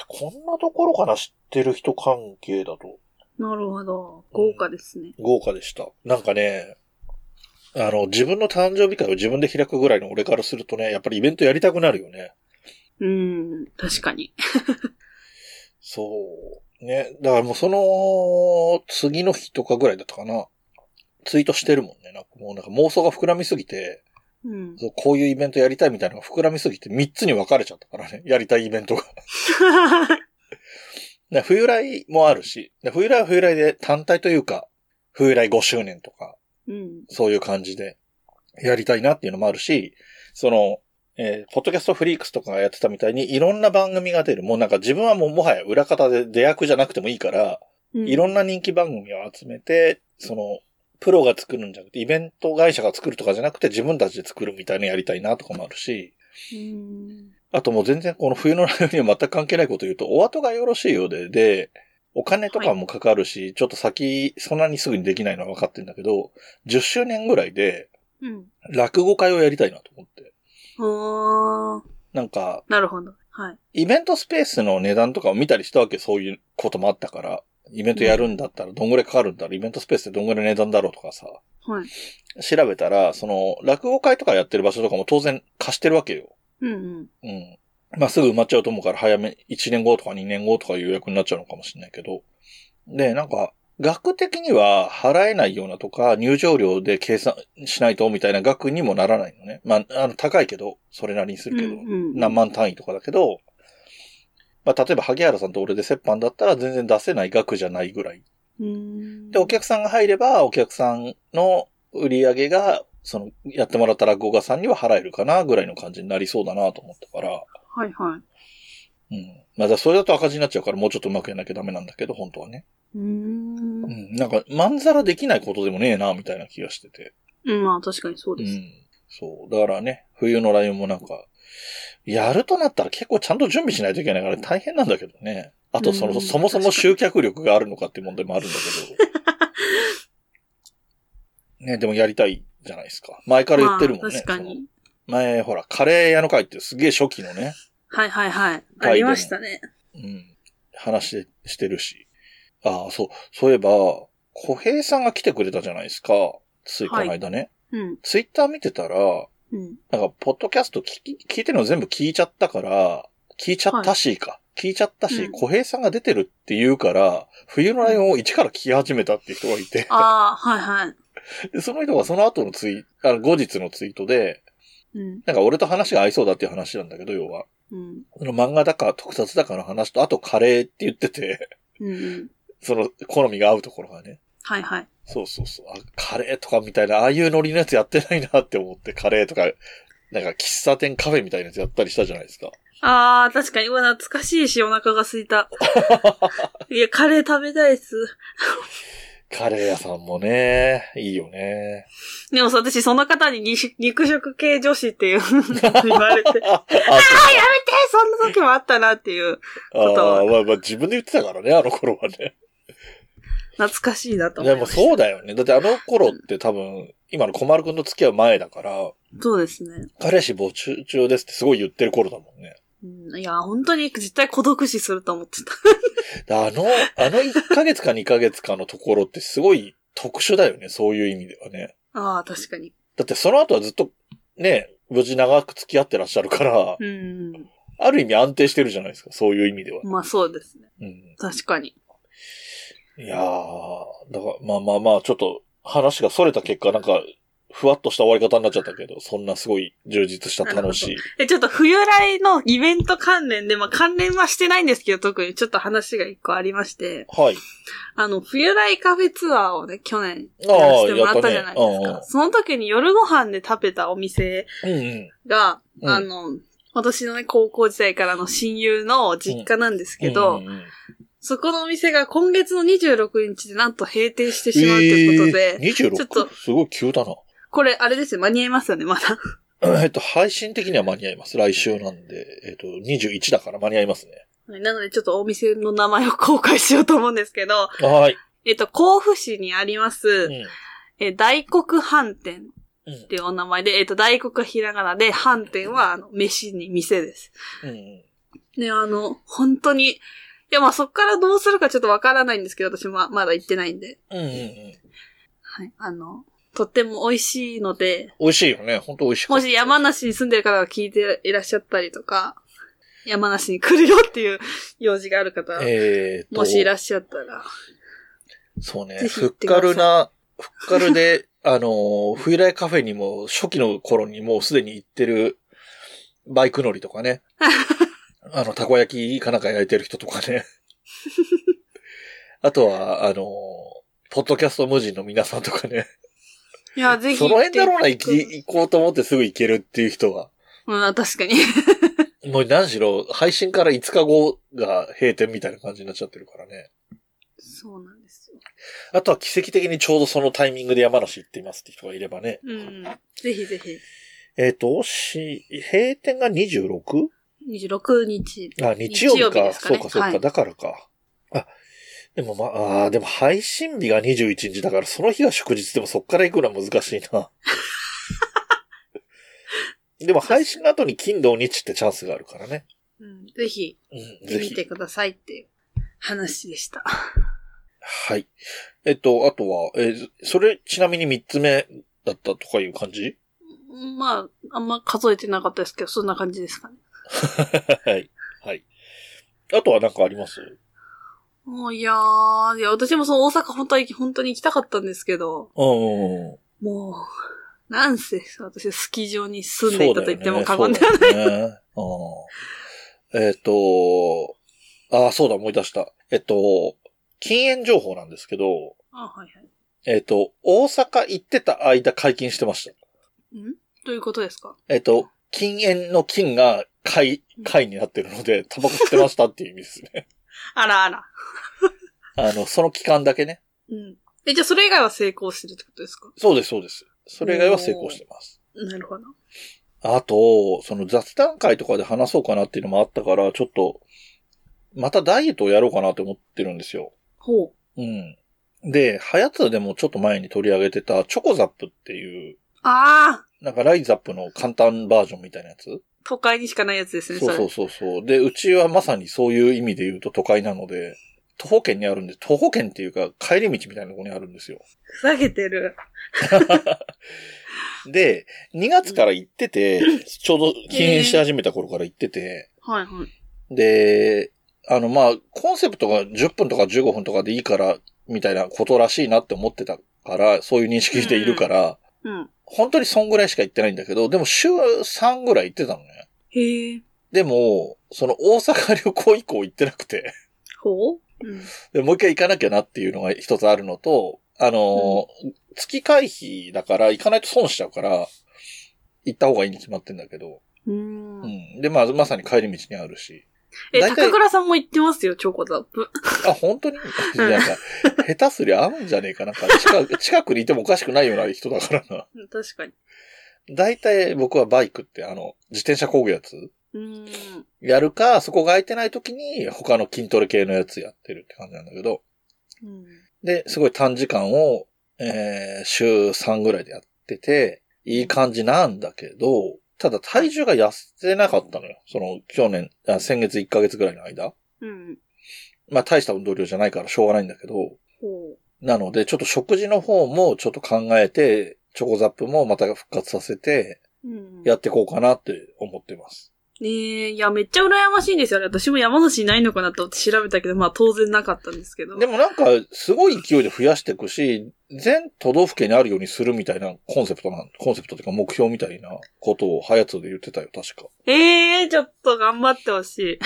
こんなところかな知ってる人関係だと
なるほど。豪華ですね。
豪華でした。なんかね、あの、自分の誕生日会を自分で開くぐらいの俺からするとね、やっぱりイベントやりたくなるよね。
うん、確かに。
そう。ね。だからもうその、次の日とかぐらいだったかな。ツイートしてるもんね。なんかもうなんか妄想が膨らみすぎて、
うん。
そうこういうイベントやりたいみたいなのが膨らみすぎて3つに分かれちゃったからね。やりたいイベントが。ね冬来もあるし、で冬来は冬来で単体というか、冬来5周年とか、
うん。
そういう感じでやりたいなっていうのもあるし、その、えーポッドキャストフリークスとかがやってたみたいにいろんな番組が出る。もうなんか自分はもうもはや裏方で出役じゃなくてもいいから、いろ
な。
んな人気番組を集めて、その、プロが作るんじゃなくて、イベント会社が作るとかじゃなくて自分たちで作るみたいなのやりたいなとかもあるし、
うん。
あともう全然この冬のライブには全く関係ないこと言うと、お後がよろしいようで、で、お金とかもかかるし、ちょっと先、そんなにすぐにできないのは分かってんだけど、10周年ぐらいで、
うん。
落語会をやりたいなと思って。
あー、
なんか、
なるほど。はい。
イベントスペースの値段とかを見たりしたわけ、そういうこともあったから、イベントやるんだったらどんぐらいかかるんだろう、イベントスペースってどんぐらいの値段だろうとかさ、
はい。
調べたら、その、落語会とかやってる場所とかも当然貸してるわけよ。
うんうん。
うん。まあ、すぐ埋まっちゃうと思うから早め、1年後とか2年後とかいう予約になっちゃうのかもしれないけど。で、なんか、額的には払えないようなとか、入場料で計算しないとみたいな額にもならないのね。まあ、あの、高いけど、それなりにするけど、
うんうん
何万単位とかだけど、まあ、例えば、萩原さんと俺で折半だったら全然出せない額じゃないぐらい。
うん。
で、お客さんが入れば、お客さんの売り上げが、その、やってもらった落語家さんには払えるかな、ぐらいの感じになりそうだなと思ったから、
はいは
うん。まあ、だからそれだと赤字になっちゃうからもうちょっとうまくやんなきゃダメなんだけど、本当はね。
い。うーん
う。ん。なんか、まんざらできないことでもねえな、みたいな気がしてて。
うん、まあ確かにそう
う
です。
ん。そう。だからね、冬のライオンもなんか、やるとなったら結構ちゃんと準備しないといけないから大変なんだけどね。あと、その、
うん
そもそも集客力があるのかっていう問題もあるんだ けど。ね、でもやりたいじゃないですか。前から言ってるも
ま
んね。
あ確か
その
に。
前、ほら、カレー屋の会ってすげえ初期のね、
はいはいはい。
でも
ありましたね。
うん、話してるし。ああ、そう、そういえば、小平さんが来てくれたじゃないですか。ついこの間ね。
うん。
ツイッター見てたら、
うん。
なんか、ポッドキャスト聞き、聞いてるの全部聞いちゃったから、聞いちゃったしか。聞いちゃったし、
うん
小平さんが出てるって言うから、冬のライオンを一から聞き始めたっていう人がいて、
ああ、はいはい。
でその人がその後のツイ、あの後日のツイートで、
うん。
なんか俺と話が合いそうだっていう話なんだけど、要は。
うん。
その漫画だか特撮だかの話と、あとカレーって言ってて、
うんうん。
その好みが合うところがね。
はいはい。
そうそうそう。あ、カレーとかみたいな、ああいうノリのやつやってないなって思って、カレーとか、なんか喫茶店カフェみたいなやつやったりしたじゃないですか。
ああ、確かに。うわ、懐かしいし、お腹が空い た。いや、カレー食べたいっす。
カレー屋さんもね、いいよね。
でもさ、私、その方に肉肉食系女子っていう言われて、
あ、あ
やめてそんな時もあったなっていう、
そう
と
あーまあまあ自分で言ってたからね、あの頃はね。
懐かしいなと思
で
いま
も
した。
そうだよね。だってあの頃って多分、今の小丸くんと付き合う前だから、
そうですね。
彼氏募集中ですってすごい言ってる頃だもんね。
うん、いや、本当に絶対孤独死すると思ってた。
であの、あの1ヶ月か2ヶ月かのところってすごい特殊だよね、そういう意味ではね。
ああ、確かに。
だってその後はずっと、ね、無事長く付き合ってらっしゃるから、
うん。
ある意味安定してるじゃないですか、そういう意味では。
まあそうですね。
うん
確かに。
いやー、だから、まあまあまあ、ちょっと話が逸れた結果、なんか、ふわっとした終わり方になっちゃったけど、そんなすごい充実した楽しい。
え、ちょっと冬来のイベント関連で、まあ関連はしてないんですけど、特にちょっと話が一個ありまして、
はい。
あの、冬来カフェツアーをね、去年
あ あ
やらせてもらったじゃないです
や
か。
ったねうんうん
その時に夜ご飯で食べたお店
うんうん。
が、
うん
あの、私のね、高校時代からの親友の実家なんですけど、
うんうんうん
そこのお店が今月の26日でなんと閉店してしまうということで、
えー、
ちょっ
26?
と
すごい急だな。
これあれですよ、間に合いますよね、まだ。
えっと、配信的には間に合います。来週なんで、えっと、21だから間に合いますね。
なのでちょっとお店の名前を公開しようと思うんですけど、
はい。
えっと、甲府市にあります
う、ん。
え大黒飯店
うん
っていうお名前で、えっと、大黒はひらがなで、飯店は、あの、飯に店です。
うん。
ね、あの、本当に、いや、まあ、そっからどうするかちょっとわからないんですけど、私ま、まだ行ってないんで。
うんうんうん。
はい。あの、とっても美味しいので、
美味しいよね。本当美味しい。
もし山梨に住んでる方が聞いていらっしゃったりとか、山梨に来るよっていう用事がある方、
えー、と
もしいらっしゃったら、
そうね。
ぜひ
ふ
行
っ
ってくだ
か
さい
るな、ふっかるで、あのー、冬来カフェにも初期の頃にもうすでに行ってるバイク乗りと かね。あの、たこ焼きかなんか焼いてる人とかね。 あとは、あのー、ポッドキャスト無人の皆さんとかね。
いや、ぜひ。
その辺だろうな、行き、行こうと思ってすぐ行けるっていう人は。
うん、確かに。
もう何しろ、配信から5日後が閉店みたいな感じになっちゃってるからね。
そうなんですよ。
あとは奇跡的にちょうどそのタイミングで山梨行っていますって人がいればね。
うん。ぜひぜひ。
えっ、と、し、閉店が 26?
26日。
あ、日曜日
日曜
か。
日ですかね
そうか、そうか、
はい
だからか。あ、でもまあ、あーでも配信日が21日だから、その日が祝日でもそっから行くのは難しい な。でも配信の後に金土日ってチャンスがあるからね。
うん、ぜひ、
うん、ぜ
見
ひ
て。くださいっていう話でした。
はい。えっと、あとは、えーそれ、ちなみに3つ目だったとかいう感じ
まあ、あんま数えてなかったですけど、そんな感じですかね。
はい。はい。あとはなんかあります
もういやー、いや、私もその大阪本当に、本当に行きたかったんですけど、
うんうんうん。
もう、なんせ、私はスキー場に住んでいたと言っても過言では
はない。そうだよねうんえっ、と、ああ、そうだ、思い出した。えっと、禁煙情報なんですけど、
あ、はいはい。
えっ、と、大阪行ってた間解禁してました。
んどういうことですか
えっ、と、禁煙の禁が解、解になってるので、タバコ吸ってましたっていう意味です ね。
あらあら。
あの、その期間だけね。
うん。え、じゃあそれ以外は成功してるってことですか
そうです、そうです。それ以外は成功してます。
なるほど。
あと、その雑談会とかで話そうかなっていうのもあったから、ちょっと、またダイエットをやろうかなと思ってるんですよ。
ほう。
うん。で、ハヤツでもちょっと前に取り上げてたチョコザップっていう、
ああ
なんかライザップの簡単バージョンみたいなやつ
都会にしかないやつですね、そ
そう
れ。
そうそうそう。で、うちはまさにそういう意味で言うと都会なので、徒歩圏にあるんで、徒歩圏っていうか帰り道みたいなとこにあるんですよ。
ふざけてる。
で、2月から行って て、ちょうど禁煙し始めた頃から行ってて、
はいはい。
で、あの、まあ、コンセプトが10分とか15分とかでいいから、みたいなことらしいなって思ってたから、そういう認識でいるから、
うん。
本当にそんぐらいしか行ってないんだけど、でも週3ぐらい行ってたのね。
へえ。
でも、その大阪旅行以降行ってなくて。
ほううん。
で、もう一回行かなきゃなっていうのが一つあるのと、あのー月会費だから行かないと損しちゃうから、行った方がいいに決まってんだけど。
う
う
ーん。
ん。で、まあ、まさに帰り道にあるし。
え、
大体
高倉さんも言ってますよ、チョコザップ。
あ、本当になんか、下手すりゃ合うんじゃねえかなんか近く、 近くにいてもおかしくないような人だからな。
うん確かに。
大体僕はバイクって、あの、自転車工ぐやつ
うーん。
やるか、そこが空いてない時に他の筋トレ系のやつやってるって感じなんだけど。
うん。
で、すごい短時間を、えー週3ぐらいでやってて、いい感じなんだけど、ただ体重が痩せなかったのよ。その、去年、あ先月1ヶ月ぐらいの間。
うん。
まあ、大した運動量じゃないからしょうがないんだけど、
ほ
なので、ちょっと食事の方もちょっと考えて、チョコザップもまた復活させて、
う。うん。
やっていこうかなって思ってます。
ねえ、いや、めっちゃ羨ましいんですよね。私も山梨いないのかなと思って調べたけど、まあ当然なかったんですけど。
でもなんか、すごい勢いで増やしていくし、全都道府県にあるようにするみたいなコンセプトなん、コンセプトというか目標みたいなことをハヤツで言ってたよ、確か。
ええちょっと頑張ってほしい。
うん、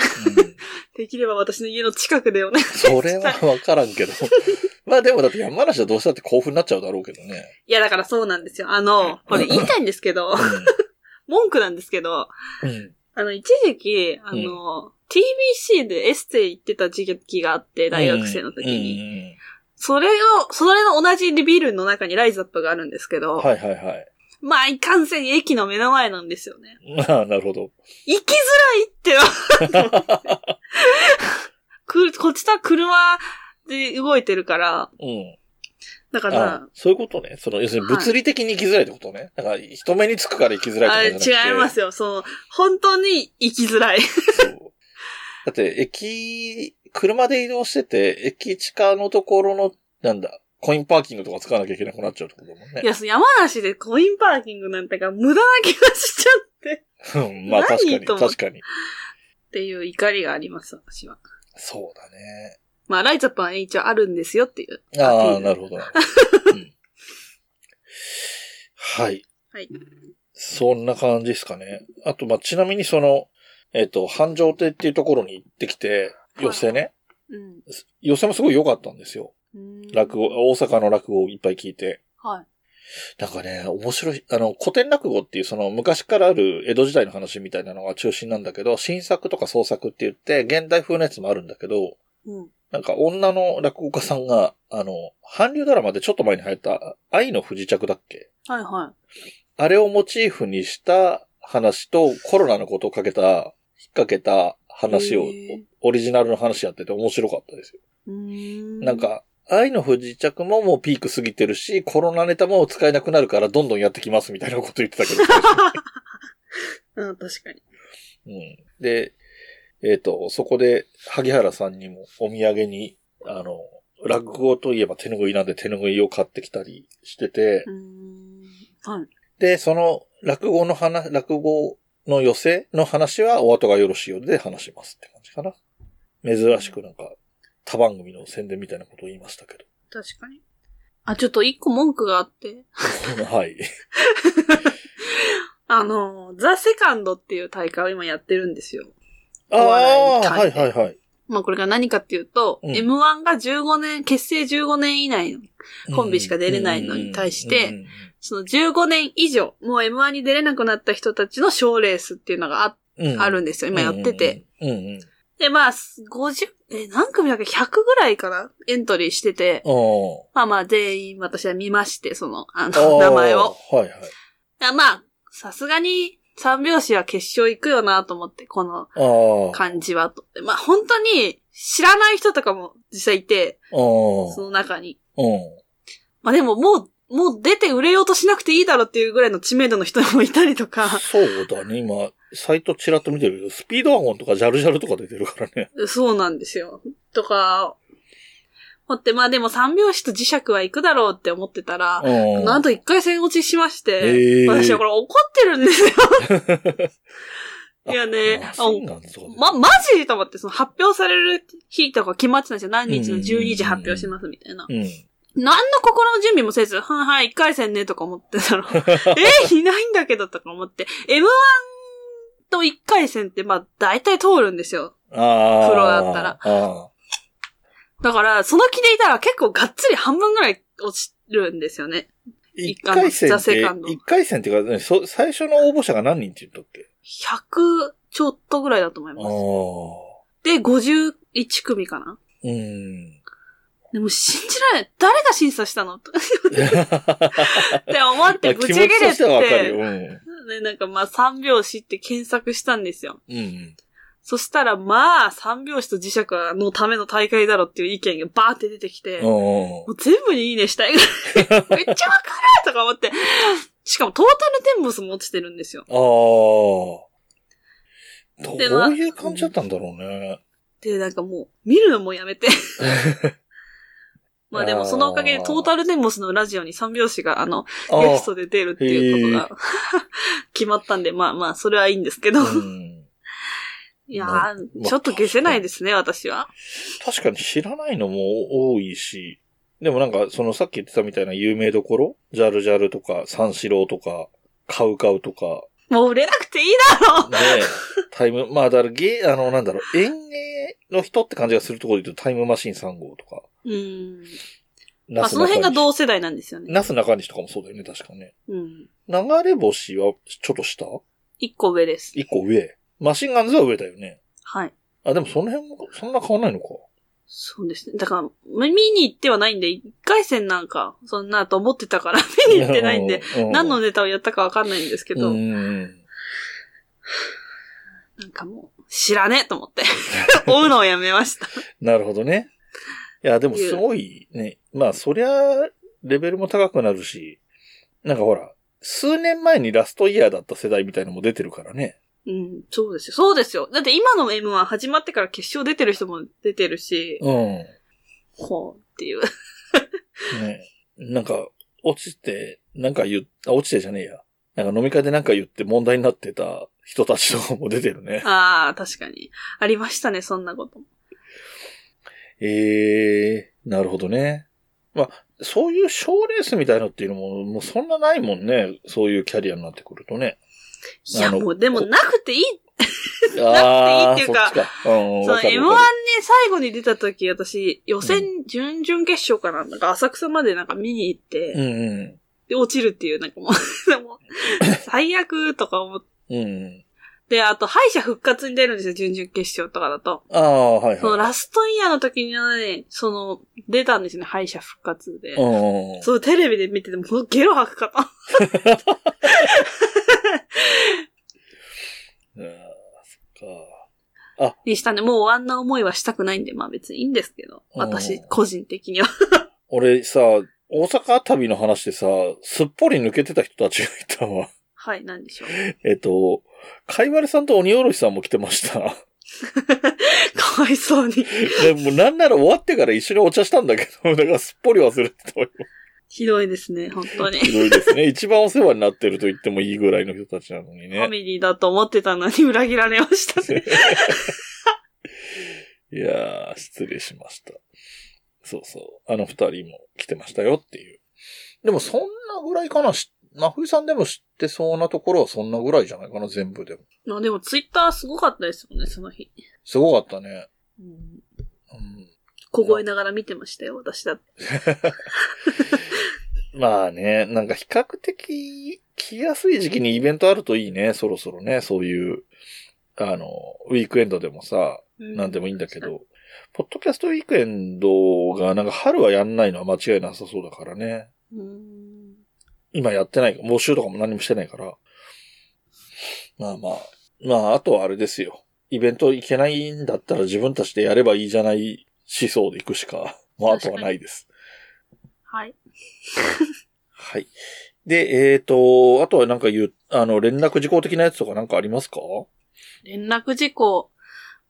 できれば私の家の近くでよね。
それはわからんけど。 まあでもだって山梨はどうしたって興奮になっちゃうだろうけどね。
いや、だからそうなんですよ。あの、これ言いたいんですけど、 文句なんですけど、
うん。うん
あの、一時期、あの、TBC でエステ行ってた時期があって、 大学生の時に。
うん
それを、それの同じビルの中にライズアップがあるんですけど、
うんはいはいはい。
まあ、いかんせん駅の目の前なんですよね。
ああ、なるほど。
行きづらいってよ くこっちとは車で動いてるから、
うん。
だか
あ
ら、
そういうことね。その、要するに物理的に行きづらいってことね。だから、人目につくから行きづら
あれ
いってことじゃなくて
違いますよ。そう、本当に行きづら い。
そうだって、駅、車で移動してて、駅地下のところの、なんだ、コインパーキングとか使わなきゃいけなくなっちゃうってことだもんね
い。や、そう山梨でコインパーキングなんてか無駄な気がしちゃう
うんまあ確かに、
何と思っ
確かに。
っていう怒りがあります、私は。
そうだね。
まあ、ライズアップは一応あるんですよっていう。
ああ、
うん
なるほど。うんはい。
はい。
そんな感じですかね。あと、まあ、ちなみにその、えっ、と、繁盛亭っていうところに行ってきて、寄席ね。
うん
寄席もすごい良かったんですよ。
うん。
落語、大阪の落語をいっぱい聞いて。
はい。
なんかね、面白い、あの、古典落語っていうその昔からある江戸時代の話みたいなのが中心なんだけど、新作とか創作って言って、現代風のやつもあるんだけど、
うん。
なんか女の落語家さんが、あの、韓流ドラマでちょっと前に流行った、愛の不時着だっけ
はいは
あれをモチーフにした話とコロナのことをかけた、引っ掛けた話
へ
を
ー、
オリジナルの話やってて面白かったですよ。
い。うん。
なん、か、愛の不時着ももうピーク過ぎてるし、コロナネタも使えなくなるからどんどんやってきますみたいなこと言ってたけ ど。
うん、確かに。
うん、で、えっ、と、そこで、萩原さんにもお土産に、あの、落語といえば手拭いなんで手拭いを買ってきたりしてて、
うん。はい。
で、その落語の話、落語の寄せの話はお後がよろしいようで話しますって感じかな。珍しくなんか、他番組の宣伝みたいなことを言いましたけど。
確かに。あ、ちょっと一個文句があって。
はい。
あの、ザ・セカンドっていう大会を今やってるんですよ。
ああ
笑い、に
は
変
い
えて
はいはい。
まあこれが何かっていうと、
うん
M1 が15年、結成15年以内の、コンビしか出れないのに対して
うんうんうんうん
その15年以上、もう M1 に出れなくなった人たちの賞レースっていうのがあ,、
うん、うん
あるんですよ。今やってて。。
うんうんうん。
で、まあ、50、え、何組だっけ ?100 ぐらいかなエントリーしてて、
お
まあまあ全員私は見まして、その、あ
ー
の、名前を。。
はいはい。
あまあ、さすがに三拍子は決勝行くよなと思って、この
ああ。
感じはと。まあ、本当に知らない人とかも実際いて、
ああ
その中に。
うん。
まあでももう、もう出て売れようとしなくていいだろっていうぐらいの知名度の人もいたりと か、
そうだね。今、サイトちらっと見てるけど、スピードワゴンとかジャルジャルとか出てるからね。
そうなんですよ。とか、ほって、まあでも三拍子と磁石は行くだろうって思ってたら、
うん。
なんと一回戦落ちしまして、
へー
私はこれ怒ってるんです よ。いやね
あそうなんですかね
ま、マジと思って、その発表される日とか決まってたんですよ。何日の12時発表しますみたいな。
うん。
何の心の準備もせず、はいはい、一回戦ね、とか思って たら、え、いないんだけど、とか思って、M1 と一回戦って、まあ、大体通るんですよ。
ああ。
プロだったら
ああ。
だから、その気でいたら結構がっつり半分ぐらい落ちるんですよね。
一回戦
ザ
っ
セ
て
カン、ド
一回戦っていうか、ね、そ最初の応募者が何人って言ったっけ
100ちょっとぐらいだと思い
あ
ます。
あ。
で、51組かな
うん。
でも信じられない。誰が審査したのって思 って、ぶち
気
切
持
れ
ちとしてはわかる
て、
よ。うん。
ね、なんかまあ、三拍子って検索したんですよ。
うん。
そしたら、まあ、三拍子と磁石のための大会だろっていう意見がバーって出てきて、も
うん。
う全部にいいねした いぐらい。めっちゃわかるとか思って。しかも、トータルテンボスも落ちてるんですよ。
ああ。どう
でまあ
いう感じだったんだろうね。
で、なんかもう、見るのもやめ て。まあでも、そのおかげで、トータルテンボスのラジオに三拍子が、あの、
あ
ゲストで出るっていうこと
へ
が、 決まったんで、まあまあ、それはいいんですけど。
あ。うん
いや
まあ
ー、ちょっと消せないですね、私は。
確かに知らないのも多いし、でもなんか、そのさっき言ってたみたいな有名どころ、ジャルジャルとか、三四郎とか、カウカウとか、
もう売れなくていいだろう
ね、タイム、まあだからゲー、あの、なんだろう、演芸の人って感じがするところで言うと、タイムマシン3号とか、
うん。ま
ナ
あ、
ス
その
中
辺が
西、
同世代なんですよね。
ナス中西とかもそうだよね、確かね。
うん。
流れ星はちょっと下
一個上です。
一個上。マシンガンズは上だよね。
はい。
あ、でもその辺も、そんな変わんな いのか。
そうですね。だから、見に行ってはないんで、一回戦なんか、そんなと思ってた から見に行ってないんで、
うん、
何のネタをやったかわかんないんですけど、
うん
なんかもう、知らねえと思って、 追うのをやめました。
なるほどね。いや、でもすごいね。まあ、そりゃ、レベルも高くなるし、なんかほら、数年前にラストイヤーだった世代みたいのも出てるからね。
うん、そうですよ。そうですよ。だって今の M1 始まってから決勝出てる人も出てるし、
うん。
ほうっていう。
ね。なんか、落ちて、なんか言っ、あ、落ちてじゃねえや。なんか飲み会でなんか言って問題になってた人たちとかも出てるね。
ああ、確かに。ありましたね、そんなことも。
ええなるほどね。まあ、そういう賞レースみたいのっていうのも、もうそんなないもんね。そういうキャリアになってくるとね。
いや、
あの
もうでもなくていい。
ああ
っていうか
そっちかうん、
その
わか
M1 ね
るわかる、
最後に出た時、私、予選、準々決勝から、なんか浅草までなんか見に行って、
うんうん。
で、落ちるっていう、なんかもう で も、最悪とか思って。
うん。
で、あと、敗者復活に出るんですよ、準々決勝とかだと。
ああ、はいはい。
そのラストイヤーの時にね、その、出たんですよね、敗者復活で。
うんうん。
そう、テレビで見てても、このゲロ吐くかと。
うんそっか。
にしたんで、もうあんな思いはしたくないんで、まあ別にいいんですけど。
うん
私、個人的には。
俺さ、大阪旅の話でさ、すっぽり抜けてた人たちがいたわ。
はい、なんでしょう。
えっと、かいわれさんと鬼おろしさんも来てました。
かわいそうに。
でもうなんなら終わってから一緒にお茶したんだけど、 だからすっぽり忘れてたわよ。
ひどいですね、本当に。
ひどいですね。 一番お世話になってると言ってもいいぐらいの人たちなのに
ファ
ね。
ミリーだと思ってたのに裏切られました ね。
いやー、失礼しました。そうそう。あの二人も来てましたよっていう。でもそんなぐらいかな。し真冬さんでも知ってそうなところはそんなぐらいじゃないかな、全部でも。
まあでもツイッターすごかったですよね、その日。
すごかったね。
うん
うん、
凍えながら見てましたよ、私だって。
まあね、なんか比較的来やすい時期にイベントあるといいね、そろそろね、そういう、あの、ウィークエンドでもさ、なんでもいいんだけど、ポッドキャストウィークエンドがなんか春はやんないのは間違いなさそうだからね。
うん。
今やってない、募集とかも何もしてないから、まあまあ。まあ、あとはあれですよ。イベント行けないんだったら自分たちでやればいいじゃない思想で行くしか、まあ、あとはないです。
はい。
はい。で、えっ、と、あとはなんか言う、あの、連絡事項的なやつとかなんかありますか
連絡事項。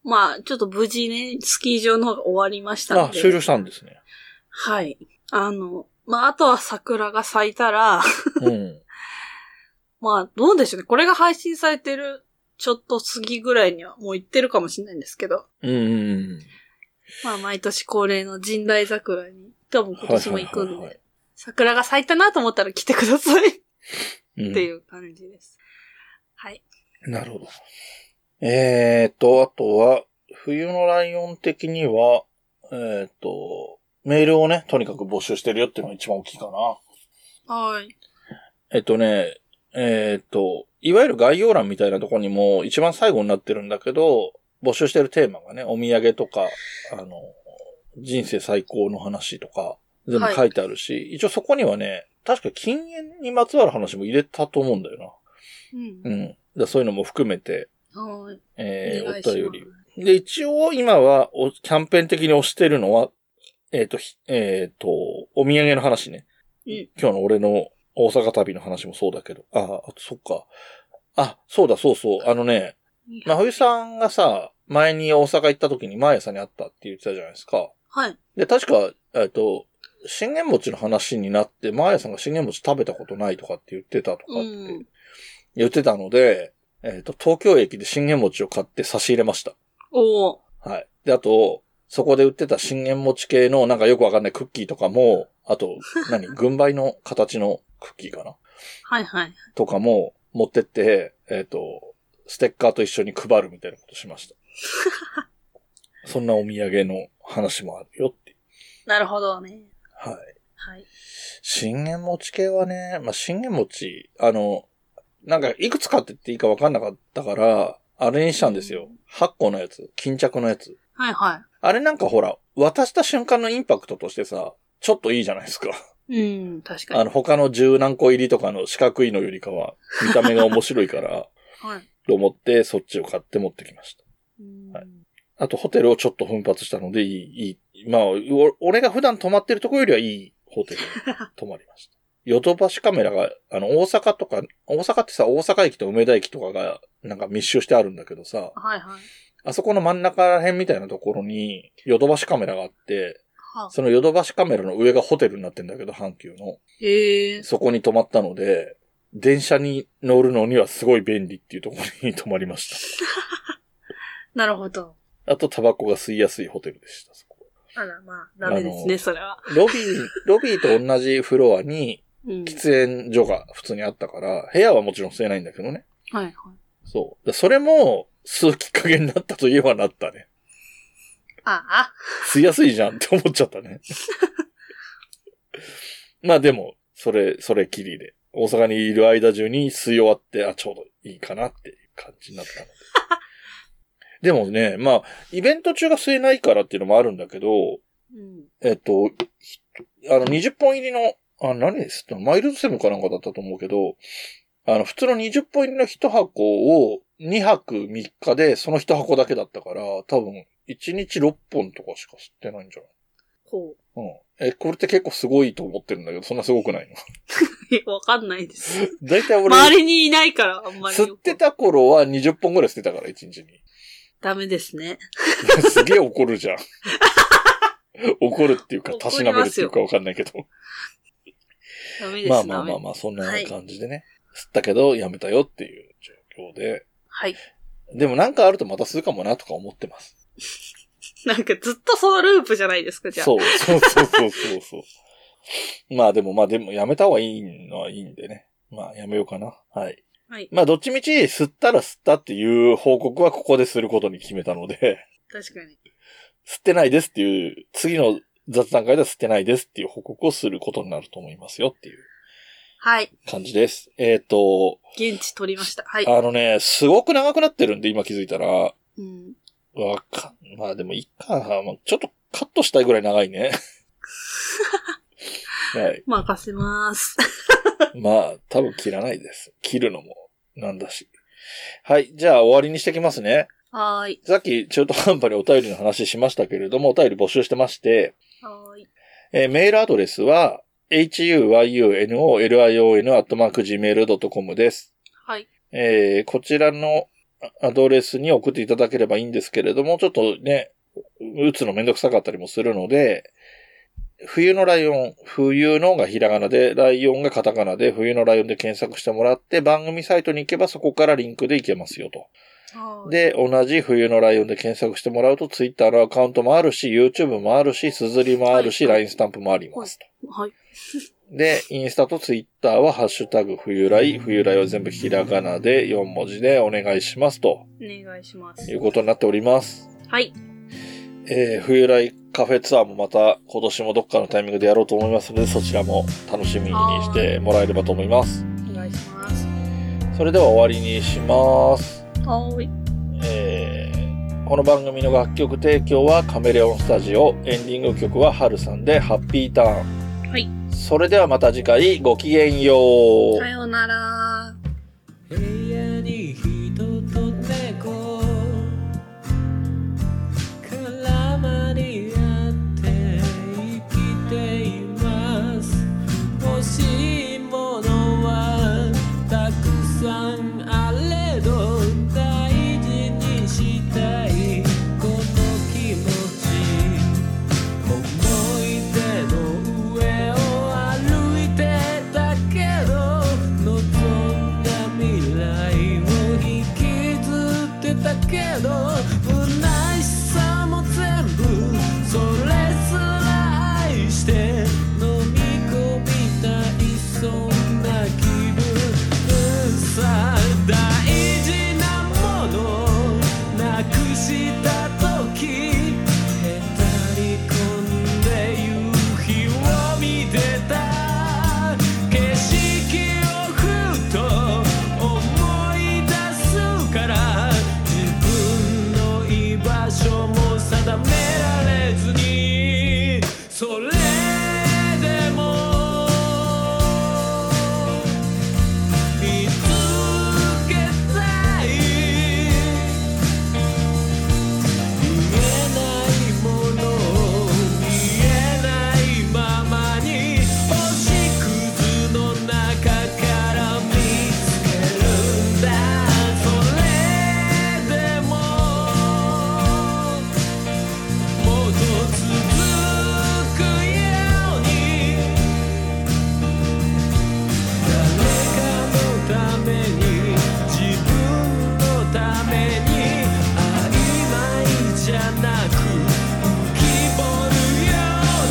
まあ、ちょっと無事ね、スキー場の方が終わりました
あ
の、で。
終了したんですね。
はい。あの、まあ、あとは桜が咲いたら、
うん。
まあ、どうでしょうね。これが配信されてる、ちょっと過ぎぐらいにはもう行ってるかもしれないんですけど、
うんうんうん。
まあ、毎年恒例の神代桜に、多分今年も行く
はい
ん
はいはいは
で、桜が咲いたなと思ったら来てくださいっ
うん
ていう感じです。はい。
なるほど。えーと、あとは、冬のライオン的には、えーと、メールをね、とにかく募集してるよっていうのが一番大きいかな。
はい。
えっとね、えーと、いわゆる概要欄みたいなところにも一番最後になってるんだけど、募集してるテーマがね、お土産とか、あの、人生最高の話とか、全部書いてあるし、一応そこにはね、確か禁煙にまつわる話も入れたと思うんだよ
うん
な。う。ん。だからそういうのも含めて、
はい。
え
お願い
ー、
し
お
ます
便り。で、一応今はお、キャンペーン的に推してるのは、えっ、と、ひえっ、と、お土産の話ね。
うん
今日の俺の大阪旅の話もそうだけど。ああ、そっか。あ、そうだ、そうそう。あのね、真冬さんがさ、前に大阪行った時に毎朝に会ったって言ってたじゃないですか。
はい。
で、確か、えっ、と、信玄餅の話になって、マーヤさんが信玄餅食べたことないとかって言ってたとかって、
うん
言ってたので、えっ、と、東京駅で信玄餅を買って差し入れました。
おー。
はい。で、あと、そこで売ってた信玄餅系のなんかよくわかんないクッキーとかも、あと、何、軍配の形のクッキーかな
はいはい。
とかも持ってって、えっ、と、ステッカーと一緒に配るみたいなことしました。そんなお土産の話もあるよって。
なるほどね。
はい。
はい。
信玄餅系はね、まあ、信玄餅、あの、なんか、いくつ買ってっていいかわかんなかったから、あれにしたんですよ。8個のやつ。巾着のやつ。
はいは
あれなんかほら、渡した瞬間のインパクトとしてさ、ちょっといいじゃないですか。
い。うん、確か
あ
に。
の、他の十何個入りとかの四角いのよりかは、見た目が面白 いから、
はい。
と思って、そっちを買って持ってきました。
うん
はいあと、ホテルをちょっと奮発したので、いい、いい、まあ、お俺が普段泊まってるとこよりはいいホ テルに泊まりました。ヨドバシカメラが、あの、大阪とか、大阪ってさ、大阪駅と梅田駅とかが、なんか密集してあるんだけどさ、
はいはい。
あそこの真ん中ら辺みたいなところに、ヨドバシカメラがあって、
は
そのヨドバシカメラの上がホテルになってんだけど、阪急の。
ええー。
そこに泊まったので、電車に乗るのにはすごい便利っていうところに泊まりました。
なるほど。
あと、タバコが吸いやすいホテルでした、そこ。
あら、まあ、ダメです
あの
ね、それは。
ロビー、 ロビーと同じフロアに
うん。
喫煙所が普通にあったから、部屋はもちろん吸えないんだけどね。
はいはい。
そう。でそれも、吸うきっかけになったといえばなったね。
ああ。
吸いやすいじゃんって思っちゃったね。 まあでも、それ、それきりで。大阪にいる間中に吸い終わって、あ、ちょうどいいかなっていう感じになったので。でもね、まあ、イベント中が吸えないからっていうのもあるんだけど、
うん。
えっと、ひあの、20本入りの、あ、何ですってマイルドセブンかなんかだったと思うけど、あの、普通の20本入りの1箱を2泊3日でその1箱だけだったから、多分、1日6本とかしか吸ってないんじゃない
こ
うん。え、これって結構すごいと思ってるんだけど、そんなすごく ないの
う。 わかんないです。
だいたい俺、
周りにいないから、あんまりよく。
吸ってた頃は20本ぐらい吸ってたから、1日に。
ダメですね。
すげえ怒 るじゃん。怒るっていうか、たしなめるっていうかわかんないけど。
ダメです、
まあまあまあ
ダメ
まあ、そんな感じでね。吸ったけど、やめたよっていう状況で。
はい。
でもなんかあるとまた吸うかもなとか思ってます。
なんかずっとそのループじゃないですか、じゃあ。
そう、そうそうそうそうそう。 まあでもまあでもやめた方がいいのはいいんでね。まあやめようかな。はい。
はい。
まあどっちみち吸ったら吸ったっていう報告はここですることに決めたので、
確かに。
吸ってないですっていう、次の雑談会では吸ってないですっていう報告をすることになると思いますよっていう
はい。
感じです。えっ、と、
現地取りました。はい。
あのね、すごく長くなってるんで今気づいたら、
うん。
わかん、まあでもいいか。まあ、ちょっとカットしたいぐらい長いね。はい。
任せます。
まあ、多分切らないです。切るのもなんだし。はい。じゃあ終わりにしてきますね。
はーい。
さっき中途半端にお便りの話しましたけれども、お便り募集してまして、
はーい。
えーメールアドレスは、huyunolion.gmail.com です。
はい。
えーこちらのアドレスに送っていただければいいんですけれども、ちょっとね、打つのめんどくさかったりもするので、冬のライオン、冬のがひらがなで、ライオンがカタカナで、冬のライオンで検索してもらって、番組サイトに行けばそこからリンクで行けますよと。
はーい。
で、同じ冬のライオンで検索してもらうと、ツイッターのアカウントもあるし、YouTube もあるし、すずりもあるし、
はい
LINE スタンプもありますと。
はい。
で、インスタとツイッターは、ハッシュタグ冬来、冬来は全部ひらがなで4文字でお願いしますと
お願いしま
い
す
う。ことになっております。
はい。
えー、冬来カフェツアーもまた今年もどっかのタイミングでやろうと思いますので、そちらも楽しみにしてもらえればと思います。
お願いします。
それでは終わりにします。
はーい。
えーこの番組の楽曲提供はカメレオンスタジオエンディング曲はハルさんでハッピーターン、
はい、
それではまた次回ごきげんよう、
さようなら。
部屋に人と猫絡まり合って生きています欲しいものはたくさんあれど大事にしたいこの気持ち思い出の上を歩いてたけど望んだ未来を引きずってたけど不悔しさも全部それすら愛して飲み込みたいそんな気分さ大事なものなくした時へたり込んで夕日を見てた景色をふと思い出すから自分の居場所も定められずにそれでも「見つけたい」「見えないものを見えないままに星屑の中から見つけるんだ」「それでももっと続くように」誰かのために自分のために曖昧じゃなく浮き彫るよう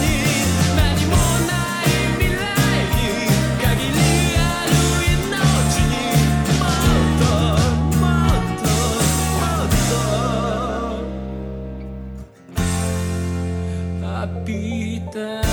に何もない未来に限りある命にもっともっともっとハッピーターン